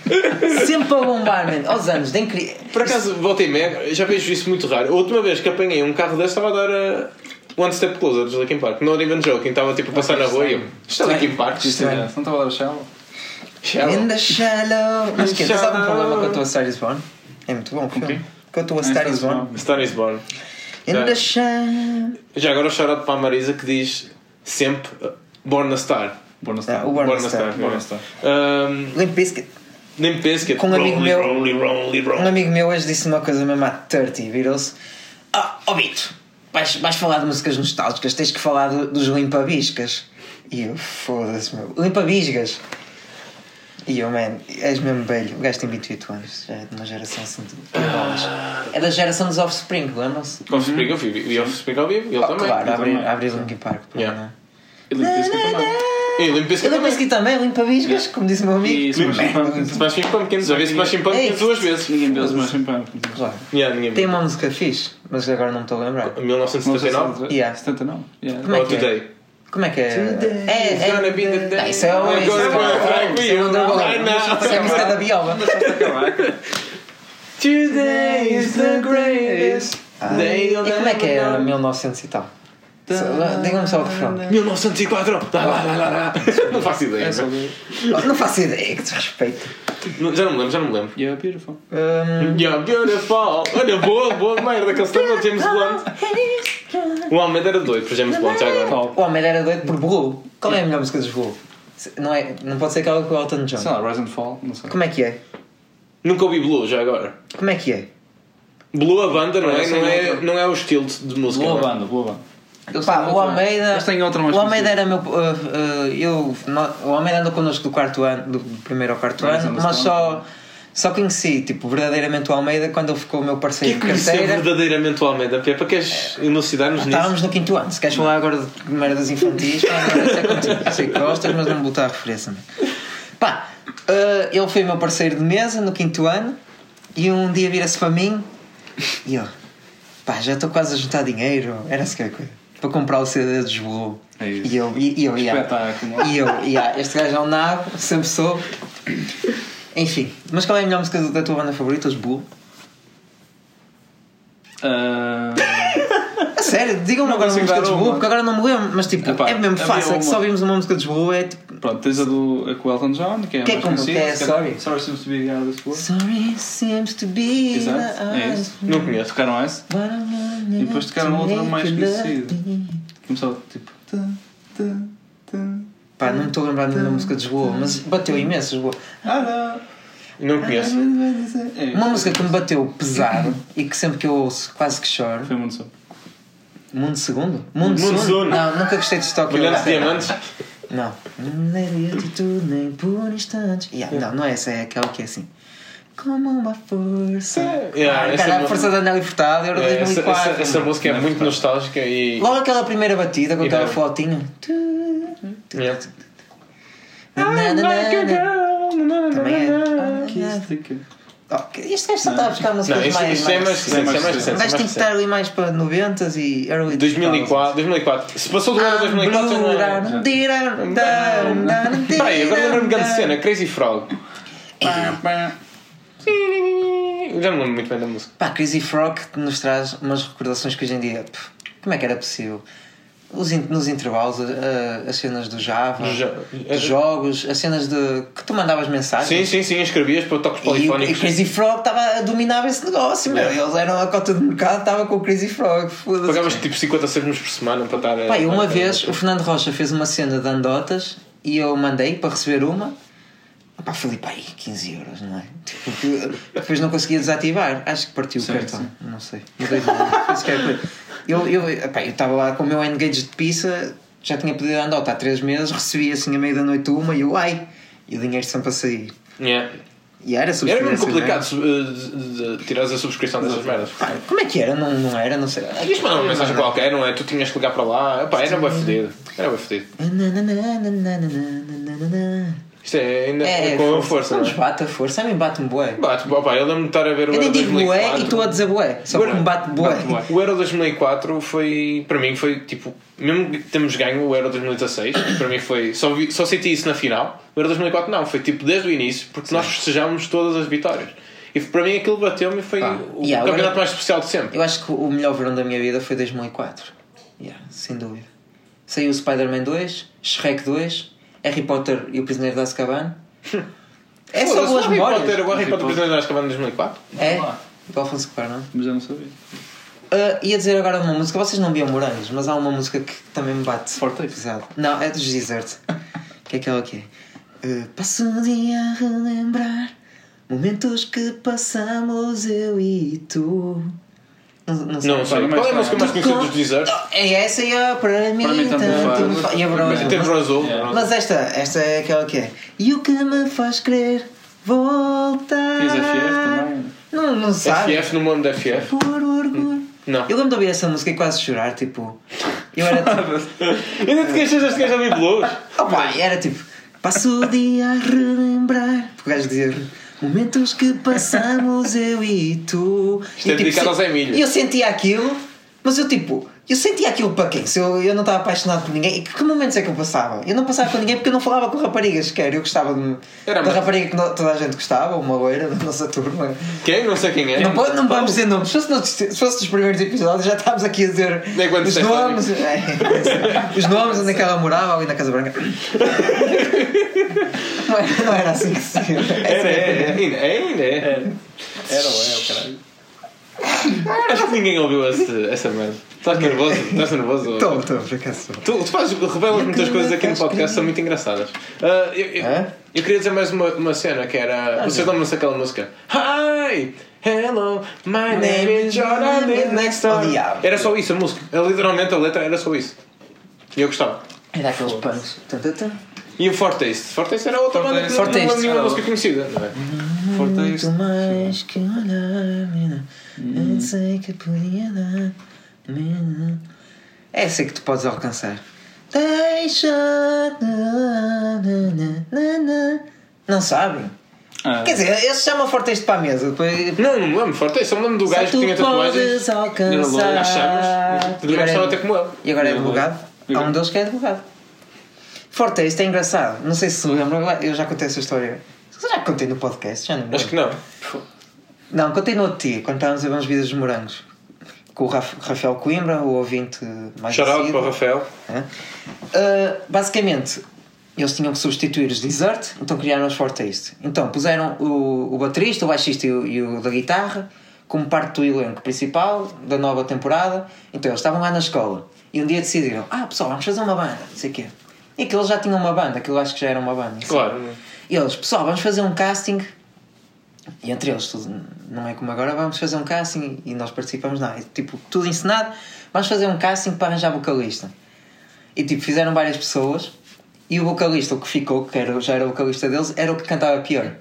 S2: sempre a bombar, man. aos anos, de incrível.
S1: Por acaso, volta e meia, já vejo isso muito raro. A última vez que apanhei um carro desse estava a dar a One Step Closer dos Linkin Park. Not even joking, estava tipo a passar na rua e eu. Isto é Linkin Park.
S3: Isto é, Não estava a dar a chave?
S2: In
S1: Shallow.
S2: the shallow. Mas que sabe um
S1: Shallow.
S2: problema com a tua Star is Born? É muito bom, filme. Com a tua Star is Born.
S1: Star is Born.
S2: In the shallow.
S1: Já agora o shout para a Marisa que diz sempre uh, Born a Star.
S3: Bom,
S2: Ah, o Born a Star.
S1: Born a Star. Um,
S2: Limp Bizkit.
S1: nem penso que é
S2: Com um amigo meu-
S1: Rolly, rolly,
S2: Um
S1: rolly.
S2: amigo meu hoje disse uma coisa mesmo à 30, virou-se. Ah, ó Bito, vais, vais falar de músicas nostálgicas, tens que falar do- dos limpabiscas. E eu, foda-se, meu. Limpabiscas. E eu, man, és mesmo velho. O gajo tem 28 anos, já é de uma geração assim de bolas. É da geração dos Offspring, lembram-se?
S1: Offspring eu vi, vi Offspring ao vivo, ele
S2: Oh,
S1: também.
S2: claro,
S3: eu
S2: abrir,
S3: também.
S2: abrir Linkin Park. pá,
S1: Yeah.
S2: não é?
S3: E Limp Bizkit também.
S1: E Limp Bizkit
S2: Eu limpo
S1: também.
S2: aqui também, limpa biscas, como disse o meu amigo.
S3: E Smashing
S2: Merda.
S3: Pumpkins.
S1: Smashing Pumpkins, já vi Smashing
S2: Ei.
S1: Pumpkins duas vezes.
S3: Ninguém vê os Smashing Pumpkins.
S2: Claro.
S1: Yeah, ninguém
S2: Tem uma música fixe, mas agora não me estou a lembrar.
S1: 1979?
S3: é
S2: Yeah.
S3: 79? Yeah.
S2: Como é
S1: Ou
S2: que é?
S1: Today?
S2: Como é que é? É,
S1: It's
S2: é.
S1: gonna be the day.
S2: Ah, Isso é o.
S1: I'm
S2: isso é
S1: gonna
S2: o-
S1: work like
S2: isso é o
S1: you
S2: Wonderwall.
S1: right now.
S2: Isso é a música da Viola.
S1: é Today is the greatest day
S2: E
S1: you'll
S2: como é que é
S1: never know.
S2: 1900 e tal? Só- Diga-me só o refrão.
S1: 1904! Lá, lá, lá, lá, lá. Não faço ideia.
S3: É só
S1: meu.
S3: ver.
S2: Não faço ideia, que desrespeito.
S1: Não, Já não me lembro, já não me lembro.
S3: Yeah, é beautiful.
S2: Hum,
S1: Yeah, beautiful! Olha, boa, boa merda, que ele do James Blunt. O Almeida era doido por James Blunt já agora.
S3: Top.
S2: O homem era doido por Blue. Qual é a melhor música dos Blue? Se- Não, é, não pode ser aquela com o Elton
S3: Sei
S2: John.
S3: lá, Rise and Fall, não sei.
S2: Como é que é?
S1: Nunca ouvi Blue já agora.
S2: Como é que é?
S1: Blue a banda, não é?
S3: Parece
S1: Não é,
S3: outra.
S1: não é o estilo de música.
S3: Boa
S1: não é?
S3: banda, boa banda. Eles
S2: Pá,
S3: têm
S2: o
S3: outra-
S2: Almeida.
S3: Eles têm outra mais
S2: o Almeida
S3: conhecida.
S2: era meu. eh, uh, uh, eu, nó- o Almeida andou connosco do quarto ano, do primeiro ao quarto
S3: Mas é
S2: ano,
S3: andou-se
S2: mas
S3: com
S2: só. Só conheci, tipo, verdadeiramente o Almeida quando ele ficou o meu
S1: O que é
S2: parceiro
S1: que
S2: de
S1: conheceu
S2: carteira.
S1: verdadeiramente o Almeida? Pepa, queres elucidar-nos
S2: Ah,
S1: nisso?
S2: Estávamos no quinto ano. Se queres falar agora de merdas infantis, pá, não, isso é contigo. Eu Sei que gostas, mas não me botar a referência. mano. Pá, eh, ele foi meu parceiro de mesa no quinto ano e um dia vira-se para mim e eu, pá, já estou quase a juntar dinheiro, era se que coisa, para comprar o CD de Lisboa.
S3: É isso.
S2: E eu, e, e eu, ia.
S3: Espetáculo.
S2: E eu, ia. Este gajo é um nabo, sempre soube. Enfim, mas qual é a melhor música da tua banda favorita? Os Bull?
S3: Ah,
S2: A sério, digam-me
S3: Não
S2: agora um uma
S3: consigo
S2: música
S3: dar
S2: de
S3: uma.
S2: Lisboa, porque agora não me lembro, mas tipo,
S3: Epá,
S2: é mesmo
S3: havia
S2: fácil, é que
S3: uma.
S2: só ouvimos uma música de Lisboa, é tipo.
S3: pronto, tens a do a com o Elton John, que é a
S2: Que é
S3: mais
S2: como-
S3: conhecida.
S2: que é
S3: se
S2: Sorry.
S3: Sorry seems to be the hardest word.
S2: Sorry seems to be.
S3: Exato,
S2: the
S3: é isso.
S1: Não conheço.
S3: Tocaram essa,
S2: E
S3: depois tocaram outra mais conhecida. começou tipo. tan, tan, tan,
S2: Pá, não me estou a lembrar da música de Lisboa, mas bateu imenso Lisboa.
S3: ah,
S1: Não
S3: não.
S1: conheço.
S3: É,
S2: Uma música que me bateu pesado e que sempre que eu ouço quase que choro.
S3: Foi muito só.
S2: Mundo Segundo? Mundo,
S1: Segundo.
S2: Não, nunca gostei de Stock.
S1: Brilhantes diamantes.
S2: Não. Nem de atitude, nem por instantes. Yeah, Não, não é essa, é aquela que é assim. Como uma força.
S1: É, Yeah,
S2: Ai,
S1: essa
S2: cara, a
S1: mu-
S2: força da Nelly Furtado, Euro
S1: É, essa,
S2: 2004.
S1: essa- essa música é
S3: Não é
S1: muito
S3: verdade.
S1: nostálgica e.
S2: Logo aquela primeira batida com
S1: E
S2: aquela
S1: bem.
S2: flautinha.
S1: Yeah.
S2: Também
S3: Kiss
S2: é.
S3: the Kid.
S2: Oh, que- Este gajo só está a buscar músicas
S1: Não, isso,
S2: mais.
S1: isso é mais
S2: mais...
S1: recente. Isso é mais recente.
S2: O gajo
S1: isso é
S2: tem que
S1: mais
S2: estar
S1: recente.
S2: ali mais para 90s e early
S1: 2004, 2004. Se passou do ano
S2: Ah,
S1: 2004, não é. Peraí, agora lembro-me de grande cena, Crazy Frog.
S2: Ah.
S1: Eu já não lembro muito bem da música.
S2: Pá, Crazy Frog nos traz umas recordações que hoje em dia. pff, como é que era possível? Os in- nos intervalos, a- a- as cenas do Java,
S1: Do ja-
S2: dos jogos, as cenas de. que tu mandavas
S1: Sim,
S2: mensagens.
S1: sim, sim, escrevias para toques
S2: E, o, e
S1: polifónicos.
S2: Crazy Frog estava a dominar esse negócio, meu.
S1: Yeah.
S2: Eles eram a cota de mercado, estava com o Crazy Frog. Foda-se.
S1: Pagavas tipo 50 cêntimos por semana para estar. a-
S2: Pá, e uma
S1: a-
S2: vez o Fernando Rocha fez uma cena de andotas e eu mandei para receber uma. Pá, falei, pá, aí 15 euros, não é? Tipo, que depois não conseguia desativar. Acho que partiu
S3: Sim,
S2: o cartão.
S3: sim.
S2: Não sei. Mudei de nome. Foi sequer coisa. Eu eu- pá, eu estava lá com o meu engage de pizza, já tinha pedido a andota há 3 meses, recebi assim à meia da noite uma e eu, ai, e o dinheiro sempre a sair.
S1: Yeah.
S2: E era
S1: Era mesmo
S2: subscrição, não é?
S1: complicado eh, de- de- tirares a subscrição dessas merdas.
S2: Pá, como é que era? Não, não era, não sei.
S1: Isto não é uma mensagem qualquer, não é? Tu tinhas que ligar para lá. Epá, era bem fedido. Era bem fedido. Isto é ainda
S2: É,
S1: com força,
S2: Não
S1: não
S2: nos
S1: é?
S2: bate a força, a mim bate-me bué.
S1: Bate, opa, eu lembro-me de estar a ver o
S2: Eu
S1: Euro
S2: nem digo bué
S1: 2004.
S2: e tu a dizer bué, só porque me bate bué.
S3: Bate bué.
S1: O Euro 2004 foi, para mim, foi tipo, mesmo que temos ganho o Euro 2016, que para mim foi, só, vi- só senti isso na final. O Euro 2004 não, foi tipo desde o início, porque nós festejámos todas as vitórias. E para mim aquilo bateu-me e foi
S3: Pá.
S1: o
S2: Yeah,
S1: campeonato
S2: agora-
S1: mais especial de sempre.
S2: Eu acho que o melhor verão da minha vida foi 2004. Yeah, sem dúvida. Saiu o Spider-Man 2, Shrek 2 Harry Potter e o Prisioneiro de Azkaban. É
S1: Foda-se,
S2: só boas
S1: o Harry Potter, o
S2: memórias.
S1: Harry
S3: Harry
S1: Potter
S3: Potter.
S1: Prisioneiro de Azkaban de 2004?
S2: É,
S3: Vamos lá.
S2: do Alfonso Cuarón.
S3: Mas eu não sabia.
S2: Ah, ia dizer agora uma música, vocês não viam morangos, mas há uma música que também me bate.
S3: Forte.
S2: Pesado. Não, é dos Desert. que é aquela que é. "Eh, passo o dia a relembrar momentos que passamos eu e tu. Não, não sei.
S1: Não sei.
S3: mas
S1: Qual é a
S3: tá.
S1: música mais conhecida dos Desertos?
S2: É essa e a para mim,
S3: Para mim tanto
S2: tanto me
S3: faz.
S2: fa- E a
S1: Mas
S2: bronze.
S1: em termos azul,
S3: Yeah.
S1: não.
S2: Mas esta, esta é aquela que é. E o que me faz crer voltar.
S3: Fiz FF também.
S2: Não, não sabe.
S1: FF no mundo da FF?
S2: Por orgulho.
S1: Não.
S2: Eu lembro de ouvir essa música e quase chorar, tipo. Eu era tipo.
S1: Ainda te queixas deste gajo a ouvir blues?
S2: Opa, era tipo. Passo o dia a relembrar. Porque o gajo dizia. Momentos que passamos eu e tu.
S1: é
S2: E, tipo,
S1: dedicado ao
S2: se-
S1: Zé Milho.
S2: E eu sentia aquilo, mas eu tipo. Eu sentia aquilo para quem? Se eu, eu não estava apaixonado por ninguém, e que, que momentos é que eu passava? Eu não passava com ninguém porque eu não falava com raparigas, sequer. Eu gostava de,
S1: Era
S2: da
S1: uma-
S2: rapariga que no- toda a gente gostava, uma loira da nossa turma.
S1: Quem? Não sei quem é.
S2: Não, pode- não vamos dizer nomes. Se fosse, nos- se fosse dos primeiros episódios, já estávamos aqui a dizer
S1: Nem quando
S2: os
S1: disseste né?
S2: nomes. É, os nomes, onde é que ela morava, ali na Casa Branca. Não era, não era assim que se.
S1: Era, é, é, ainda é, ainda é.
S3: Era. Era ou é, o caralho.
S1: Acho que ninguém ouviu esse, essa merda. Estás nervoso? Estás nervoso?
S2: Estou, estou, por acaso.
S1: Tu, tu fazes, revelas muitas coisas aqui no podcast, são muito engraçadas. Ah, eu, eu,
S2: Hã?
S1: eu queria dizer mais uma, uma cena que era. Vocês lembram-se daquela música? Hi! Hello, my name is Jordan live next
S2: Oh,
S1: time.
S2: diabo.
S1: Era só isso a música. Era Literalmente a letra era só isso. E eu gostava.
S2: Era aqueles punks. Tum, tum, tum.
S1: E o Fortaste? Oh. Fortaste era outra banda que não
S2: Fortaste. Hum,
S1: tinha nenhuma música conhecida, não é? forte é
S2: Muito
S1: isso.
S2: mais que olhar, menina. Não sei que podia dar, menina. Essa é que tu podes alcançar. Deixa. na, na, na, na. Não sabem?
S3: Ah,
S2: Quer dizer, esse chama forte este para a mesa. Depois,
S1: Não, não me lembro, forte é isso. Só me lembro do
S2: Só
S1: gajo que
S2: tu
S1: tinha tatuagens.
S2: podes alcançar.
S1: Às chamas.
S2: E
S1: Podia
S2: agora
S1: estar
S2: é-
S1: até como ele.
S2: E agora é
S3: Meu
S2: advogado?
S3: Deus.
S2: Há um deles que é advogado. Forte, isto é engraçado. Não sei se se lembram, eu já contei essa história. Já contei no podcast, já não me
S1: Acho
S2: lembro.
S1: que não.
S2: Não, contei no outro dia, quando estávamos a ver uns vídeos de morangos. Com o Raf- Rafael Coimbra, o ouvinte mais
S1: Shout-out
S2: assíduo.
S1: para o Rafael.
S2: Hã? Uh, É? basicamente, eles tinham que substituir os Desert, então criaram os Four Taste. Então puseram o, o baterista, o baixista e o, e o da guitarra como parte do elenco principal da nova temporada. Então eles estavam lá na escola e um dia decidiram: Ah, pessoal, vamos fazer uma banda, não sei o quê. E que eles já tinham uma banda, aquilo acho que já era uma banda. assim.
S1: Claro.
S2: E eles, pessoal, vamos fazer um casting. E entre eles, tudo, não é como agora, vamos fazer um casting e nós participamos, não. É tipo, tudo ensinado, vamos fazer um casting para arranjar vocalista. E tipo, fizeram várias pessoas e o vocalista, o que ficou, que era, já era o vocalista deles, era o que cantava pior.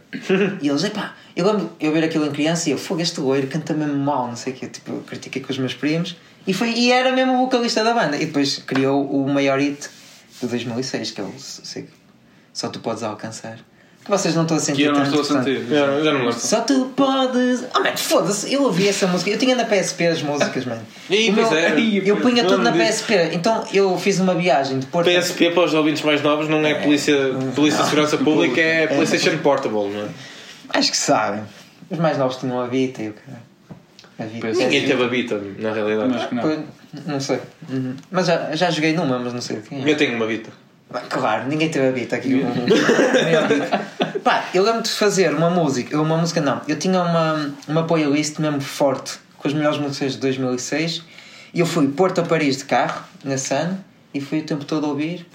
S2: e eles, epá, eu lembro eu ver aquilo em criança e eu, fogo, este loiro canta mesmo mal, não sei o quê. Tipo, eu critiquei com os meus primos e, foi, e era mesmo o vocalista da banda. E depois criou o maior hit de 2006, que é o sei que Só Tu Podes Alcançar. Que vocês não estão a sentir
S3: que eu não
S2: tanto,
S3: estou a
S2: portanto.
S3: sentir.
S1: Já já não me lembro.
S2: Só tu podes. Oh, mano, foda-se, eu ouvi essa música. Eu tinha na PSP as músicas, mano.
S1: Ih,
S2: O
S1: pois é.
S2: Eu punha tudo na
S1: Lembro
S2: PSP. Então eu fiz uma viagem de Porto.
S1: PSP é para os ouvintes mais novos não é Polícia, polícia de
S2: Ah.
S1: Segurança Pública, é PlayStation Portable, não é?
S2: Acho que sabem. Os mais novos tinham a Vita e o cara. A Vita.
S3: PSP.
S1: Ninguém teve a Vita, na realidade.
S3: Mas que não.
S2: Pois, Não sei. Uhum. Mas já, já joguei numa, mas não sei é. o que
S1: Eu tenho uma Vita.
S2: Claro, ninguém teve a beat aqui. Um- um- Pá, eu lembro de fazer uma música, uma música não, eu tinha uma, uma playlist mesmo forte com as melhores músicas de 2006 e eu fui Porto a Paris de carro nesse ano e fui o tempo todo a ouvir.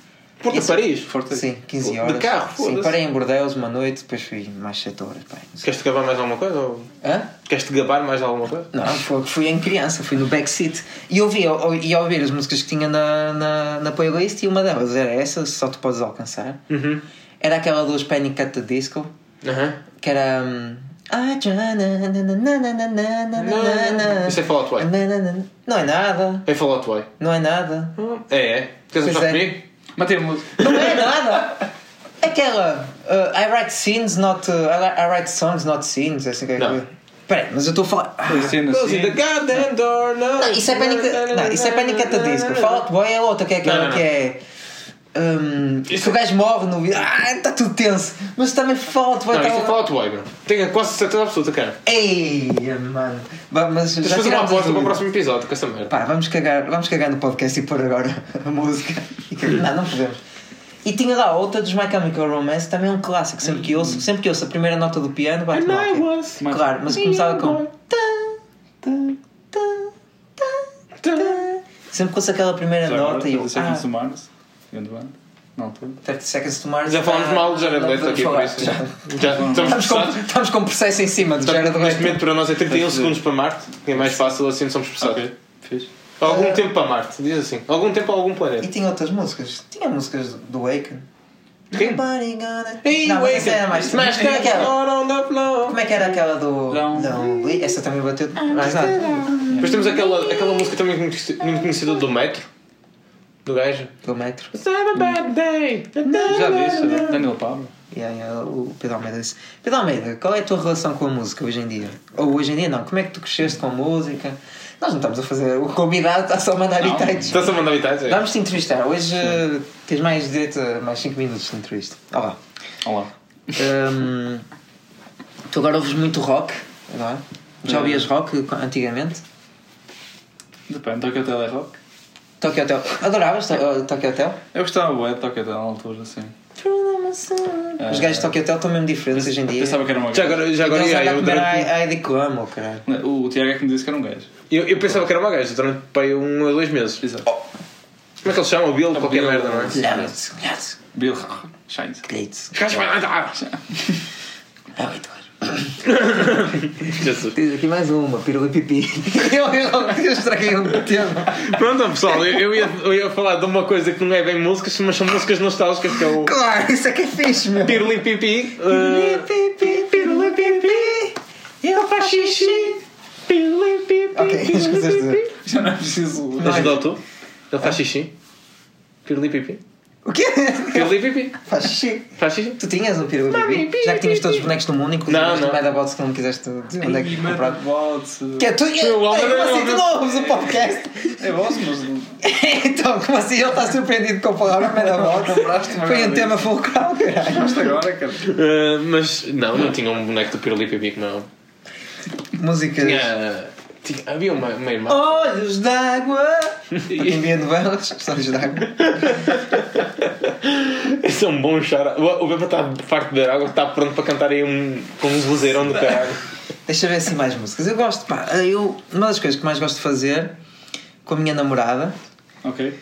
S1: Porto a
S2: Isso-
S1: Paris.
S3: Forte.
S2: Sim, 15
S1: De
S2: horas.
S1: carro,
S2: Sim,
S1: foda-se.
S2: parei em Bordeaux uma noite, depois fui mais 7 horas. Pá, não sei.
S1: Queres te gabar mais alguma coisa? Ou...
S2: Hã?
S1: Queres te gabar mais alguma coisa?
S2: Não, fui, fui em criança, fui no backseat e ouvi, ou- ia ouvir as músicas que tinha na, na, na playlist e uma delas era essa, Só Tu Podes Alcançar.
S1: Uhum.
S2: Era aquela dos Panic at the Disco,
S1: Aham.
S2: que era. hum, I try na- na- na- na- na- na- na- na- na- na-
S1: Isso é Fall Out Boy.
S2: Na- na- na- Não é nada,
S1: É Fallout Boy.
S2: não é nada,
S1: Hum, É, é. Queres
S2: Pois
S1: achar
S2: é.
S1: comigo?
S3: Matei a música.
S2: não é nada. Aquela. uh, I write scenes, not. uh, I, li- I write songs, not scenes. Assim que é.
S1: Não.
S2: Peraí, mas eu estou a falar. Ah,
S3: Foi cena
S1: Close the
S3: assim.
S1: goddamn door, no.
S2: não, isso é Panic Não, isso é Panic at the Disco. Fall Out Boy é outra, que é
S1: Não,
S2: aquela
S1: não, não.
S2: que é. hum,
S1: Isso-
S2: que o gajo morre no vídeo. Ah, está tudo tenso. Mas também Fall Out Boy tá um
S1: Não, isso é
S2: estava-
S1: Fallout Boy, meu. Tenho quase certeza absoluta, cara.
S2: Ei, mano. Ba- Mas
S1: Tens de fazer uma
S2: tirámos a
S1: aposta para o
S2: dúvida.
S1: próximo episódio com essa merda.
S2: Pá, vamos cagar, vamos cagar no podcast e pôr agora a música. E cagar- Não, não podemos. E tinha lá outra dos My Chemical Romance, também um clássico. Sempre que ouço, sempre que ouço a primeira nota do piano, bate
S1: And I
S2: mal.
S1: was.
S3: Mas-
S2: Claro, mas começava com. Sempre que ouço aquela primeira
S3: Já agora,
S2: nota e eu.
S3: 30
S2: Ah,
S3: Seconds to Mars. Grande banda. Não, tudo.
S2: 30 Seconds to Mars.
S1: Já falámos
S2: ah,
S1: mal do Jared
S2: não
S1: Leto
S2: podemos
S1: aqui, por
S2: falar.
S1: isso.
S2: Já.
S1: Já estamos
S2: Estamos com,
S1: pressados.
S2: estamos com processo em cima do Jared
S1: Neste
S2: Leto.
S1: momento para nós é 31
S3: Vamos ver.
S1: segundos para Marte, que é mais fácil assim somos
S2: Ah,
S1: pressados.
S3: Ok, fiz.
S1: Algum tempo para Marte, diz assim. Algum tempo a algum
S2: E
S1: planeta.
S2: tinha outras músicas. Tinha músicas do- do Waken.
S1: Quem?
S2: Nobody gonna-
S1: Ei,
S2: Não, mas
S1: wake
S2: essa era mais.
S1: up, smash
S2: Como é
S1: that
S2: que era?
S1: door on the floor.
S2: Como é que era aquela do.
S3: Não.
S2: Não. Essa também bateu. Exato.
S1: Depois temos aquela, aquela música também muito muito conhecida do Metro, do gajo.
S2: Do metro.
S1: It's not a bad day.
S3: Já vi isso. Daniel Pablo.
S2: Yeah, yeah, o Pedro Almeida disse. Pedro Almeida, qual é a tua relação com a música hoje em dia? Ou hoje em dia não, como é que tu cresceste com a música? Nós não estamos a fazer. O convidado está só a mandar
S3: Não.
S2: habitantes.
S1: Estás a mandar habitantes?
S2: Vamos te entrevistar. Hoje eh, tens mais direito a mais 5 minutos de entrevista. Olá.
S3: Olá.
S2: Hum, tu agora ouves muito rock, não é? Já ouvias rock antigamente?
S3: Depende, Tokyo Hotel é rock.
S2: Tokyo Hotel. Adoravas to- eh, Tokyo Hotel?
S3: Eu gostava bué de Tokyo Hotel na altura, assim.
S2: Os gajos de Tokyo Hotel estão mesmo diferentes hoje em dia.
S3: Pensava que era uma
S1: Já
S3: gaja.
S1: agora, já
S2: Agora
S1: agora
S2: eles
S1: ia,
S2: andam a
S1: eu,
S2: comer
S1: durante- um-
S2: a Heidi Klum, caralho.
S3: O Tiago é que me disse que era um gajo.
S1: eu, eu pensava que era uma gaja durante pai, um ou dois meses.
S3: Exato.
S2: Oh.
S1: Como é que eles chamam? O Bill, qualquer
S3: Bill.
S1: merda, não é?
S2: Love it,
S3: Bill Shines.
S2: Blitz.
S1: Os gajos vai andar.
S2: Love it.
S1: Jesus.
S2: Tens aqui mais uma, pirula pipi. eu, eu, eu estraguei um tema.
S1: Pronto, então, pessoal, eu, eu ia, eu ia falar de uma coisa que não é bem músicas, mas são músicas nostálgicas, que é o
S2: Claro, isso é que é fixe, meu.
S1: Pirlim Pipi. eh,
S2: Pirula pipi, pirula pipi.
S1: Ele faz xixi. Pili, pi, pi,
S2: Ok,
S1: pili,
S2: as coisas
S1: pi, pi.
S2: de...
S3: Já não é preciso.
S1: Mas igual tu? Ele faz xixi. Pirli pipi.
S2: O quê?
S1: Pirli pipi.
S2: Faz xixi.
S1: Faz xixi.
S2: Tu tinhas um peru
S1: Mami, pi,
S2: Já que tinhas
S1: pi,
S2: todos os
S1: pi.
S2: bonecos do mundo, inclusive
S1: Não,
S2: os
S1: não.
S2: do Medabots que não me quiseste dizer onde é que compraste. Que
S3: é
S2: é tu? É,
S1: Eu amo,
S2: como
S1: eu
S2: assim?
S1: amo.
S2: Tu não ouves o podcast?
S3: É vosso, mas.
S2: então, como assim? Ele está surpreendido com a palavra Medabots?
S3: Compraste uma
S2: Foi um
S3: merda.
S2: tema fulcral, caralho.
S3: Mas agora, cara.
S1: Ah, mas não, não tinha um boneco do Pirli pipi que não.
S2: Músicas.
S1: Tinha. tinha- Havia uma, uma irmã.
S2: Olhos d'água! Para quem via novelas, olhos d'água.
S1: Esse é um bom chara. O o Beba está farto de beber água, está pronto para cantar aí um, com um vozeirão do caralho.
S2: Deixa eu ver assim mais músicas. Eu gosto, pá, eu, uma das coisas que mais gosto de fazer com a minha namorada
S3: Ok.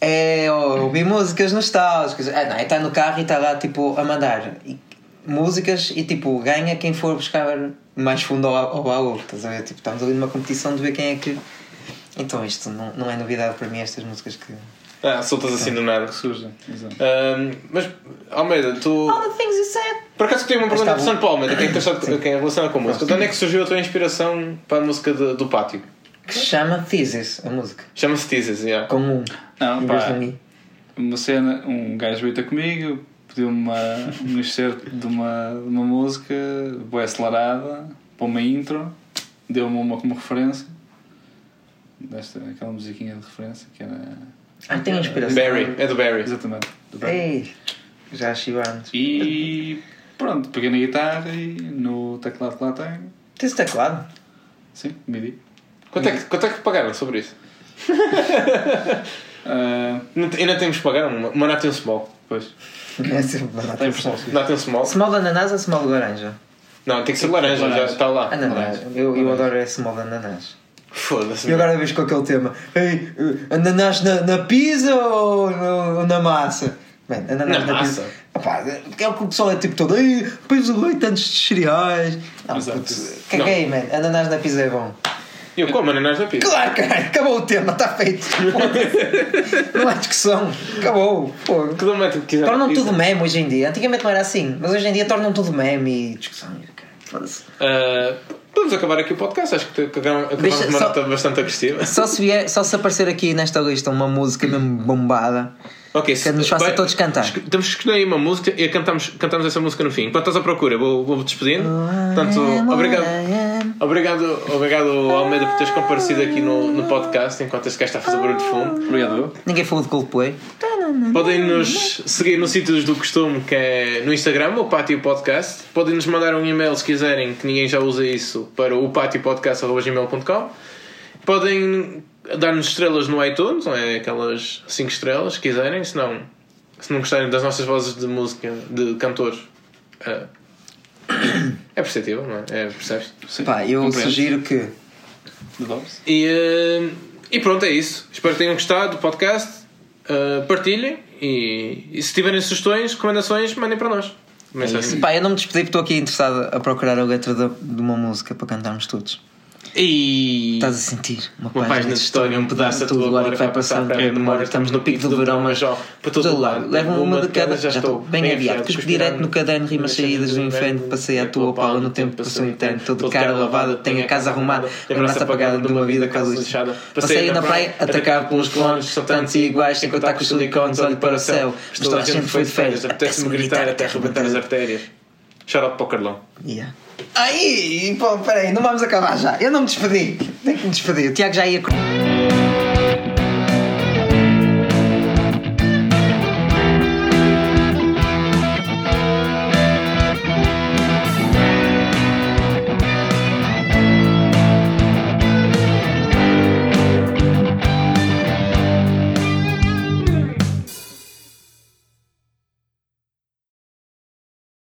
S2: é ouvir músicas nostálgicas. Ah, não, está no carro e está lá tipo a mandar e- músicas e tipo ganha quem for buscar mais fundo ao, ao baú. Estás a ver? Tipo, estamos ali numa competição de ver quem é que. Então isto não, não é novidade para mim, estas músicas que.
S1: Ah, soltas assim do nada.
S3: Que surja. Exato.
S1: Ahm, mas, Almeida, tu.
S2: All the things you said!
S1: Por acaso tenho um uma
S2: Mas
S1: pergunta
S2: tá bom.
S1: interessante para o Almeida, que é interessante que é relacionada com a música. De onde é que surgiu a tua inspiração para a música de- do pátio?
S2: Que se chama Thesis, a música.
S1: Chama-se Teases, yeah.
S2: Com um.
S3: Não,
S2: em vez
S3: pá.
S2: de um i.
S3: uma cena, um gajo veio ter comigo, pediu-me uma- um excerto de uma, de uma música, boa acelerada, para uma intro, deu-me uma como referência, desta, aquela musiquinha de referência que era.
S2: Ah, tem inspiração.
S1: Barry, é do Barry.
S3: Exatamente, do Brad.
S2: Ei, já achei antes.
S3: E pronto, peguei na guitarra e no teclado que lá tenho,
S2: Tens teclado?
S3: sim, MIDI.
S1: Quanto é que, quanto é que pagaram sobre isso?
S3: Ah,
S1: Não te- Ainda temos que pagar uma, uma nata e um small.
S3: pois,
S2: É sempre uma nota.
S3: tem impressão. sim.
S1: Nata e um small?
S2: Small de ananás ou small de laranja?
S1: Não, tem que ser laranja, já está lá.
S2: Ah, Ananás.
S3: Laranja.
S2: Eu, eu adoro esse small de ananás.
S1: Foda-se.
S2: E agora vês com aquele tema. Ei, eh, ananás na, na pizza ou, no- ou na massa? Bem, ananás
S1: Na
S2: na,
S1: massa.
S2: pizza. Opá, é o que o pessoal é tipo todo. Ei, pões o leite antes dos cereais. Não,
S3: Exato.
S2: puto, caguei, man. Ananás na pizza é bom.
S1: Eu como ananás na pizza.
S2: Claro, caralho, acabou o tema, está feito. Foda-se. não há discussão. Acabou. Fogo.
S1: Que momento que quiser.
S2: Tornam tudo meme hoje em dia. Antigamente não era assim, mas hoje em dia tornam tudo meme e discussão. e o caralho. Foda-se.
S1: Ah, Vamos acabar aqui o podcast, acho que acabamos acabamos
S2: Deixa
S1: uma
S2: só-
S1: nota bastante agressiva.
S2: Só se, vier, só se aparecer aqui nesta lista uma música mesmo bombada.
S1: Ok,
S2: Que nos faça
S1: vai-
S2: todos cantar.
S1: esco- Temos que escolher aí uma música e cantamos, cantamos essa música no fim. Enquanto estás à procura, vou, vou despedindo. Portanto, obrigado. Obrigado, obrigado Almeida por teres comparecido aqui no, no podcast enquanto este gajo está a fazer barulho de fundo.
S3: Obrigado, eu.
S2: Ninguém falou de Coldplay.
S1: Podem nos seguir nos sítios do costume que é no Instagram, o Pátio Podcast. Podem nos mandar um e-mail se quiserem, que ninguém já usa isso, para o patiopodcast.gmail.com. Podem dar-nos estrelas no iTunes, não é? aquelas 5 estrelas, se quiserem. Se não, se não gostarem das nossas vozes de música, de cantores, ah, é perceptível, não é? é percebes?
S3: Sim,
S2: Pá, eu
S3: compreendo.
S2: sugiro que.
S3: Adoro-se.
S1: E, eh, e pronto, é isso. Espero que tenham gostado do podcast. Eh, partilhem e, e se tiverem sugestões, recomendações, mandem para nós. Mas, assim,
S2: Pá, eu não me despedi porque estou aqui interessado a procurar a letra de, de uma música para cantarmos todos.
S1: E
S2: Estás a sentir uma,
S1: uma página de história, um pedaço da tua glória que vai passar para a memória. Estamos no pico do verão, mas ó, para todo lado.
S2: Leva uma de cada, já estou bem aviado. Cuspe direto no caderno, rimas saídas do inferno. Passei à tua pala no tempo, passou interno. Todo de cara lavado, tenho a casa arrumada. Lembrança apagada de uma vida quase lixada. Passei na praia, atacado pelos clones. São tantos e iguais, sem contar com os silicones. Olho para o céu, mas toda a gente foi de férias.
S1: Apetece-me gritar até arrebentar as artérias. Shout-out para o Carlão.
S2: Yeah. Aí, pô, peraí, não vamos acabar já. Eu não me despedi. Tenho que me despedir. O Tiago já ia. com-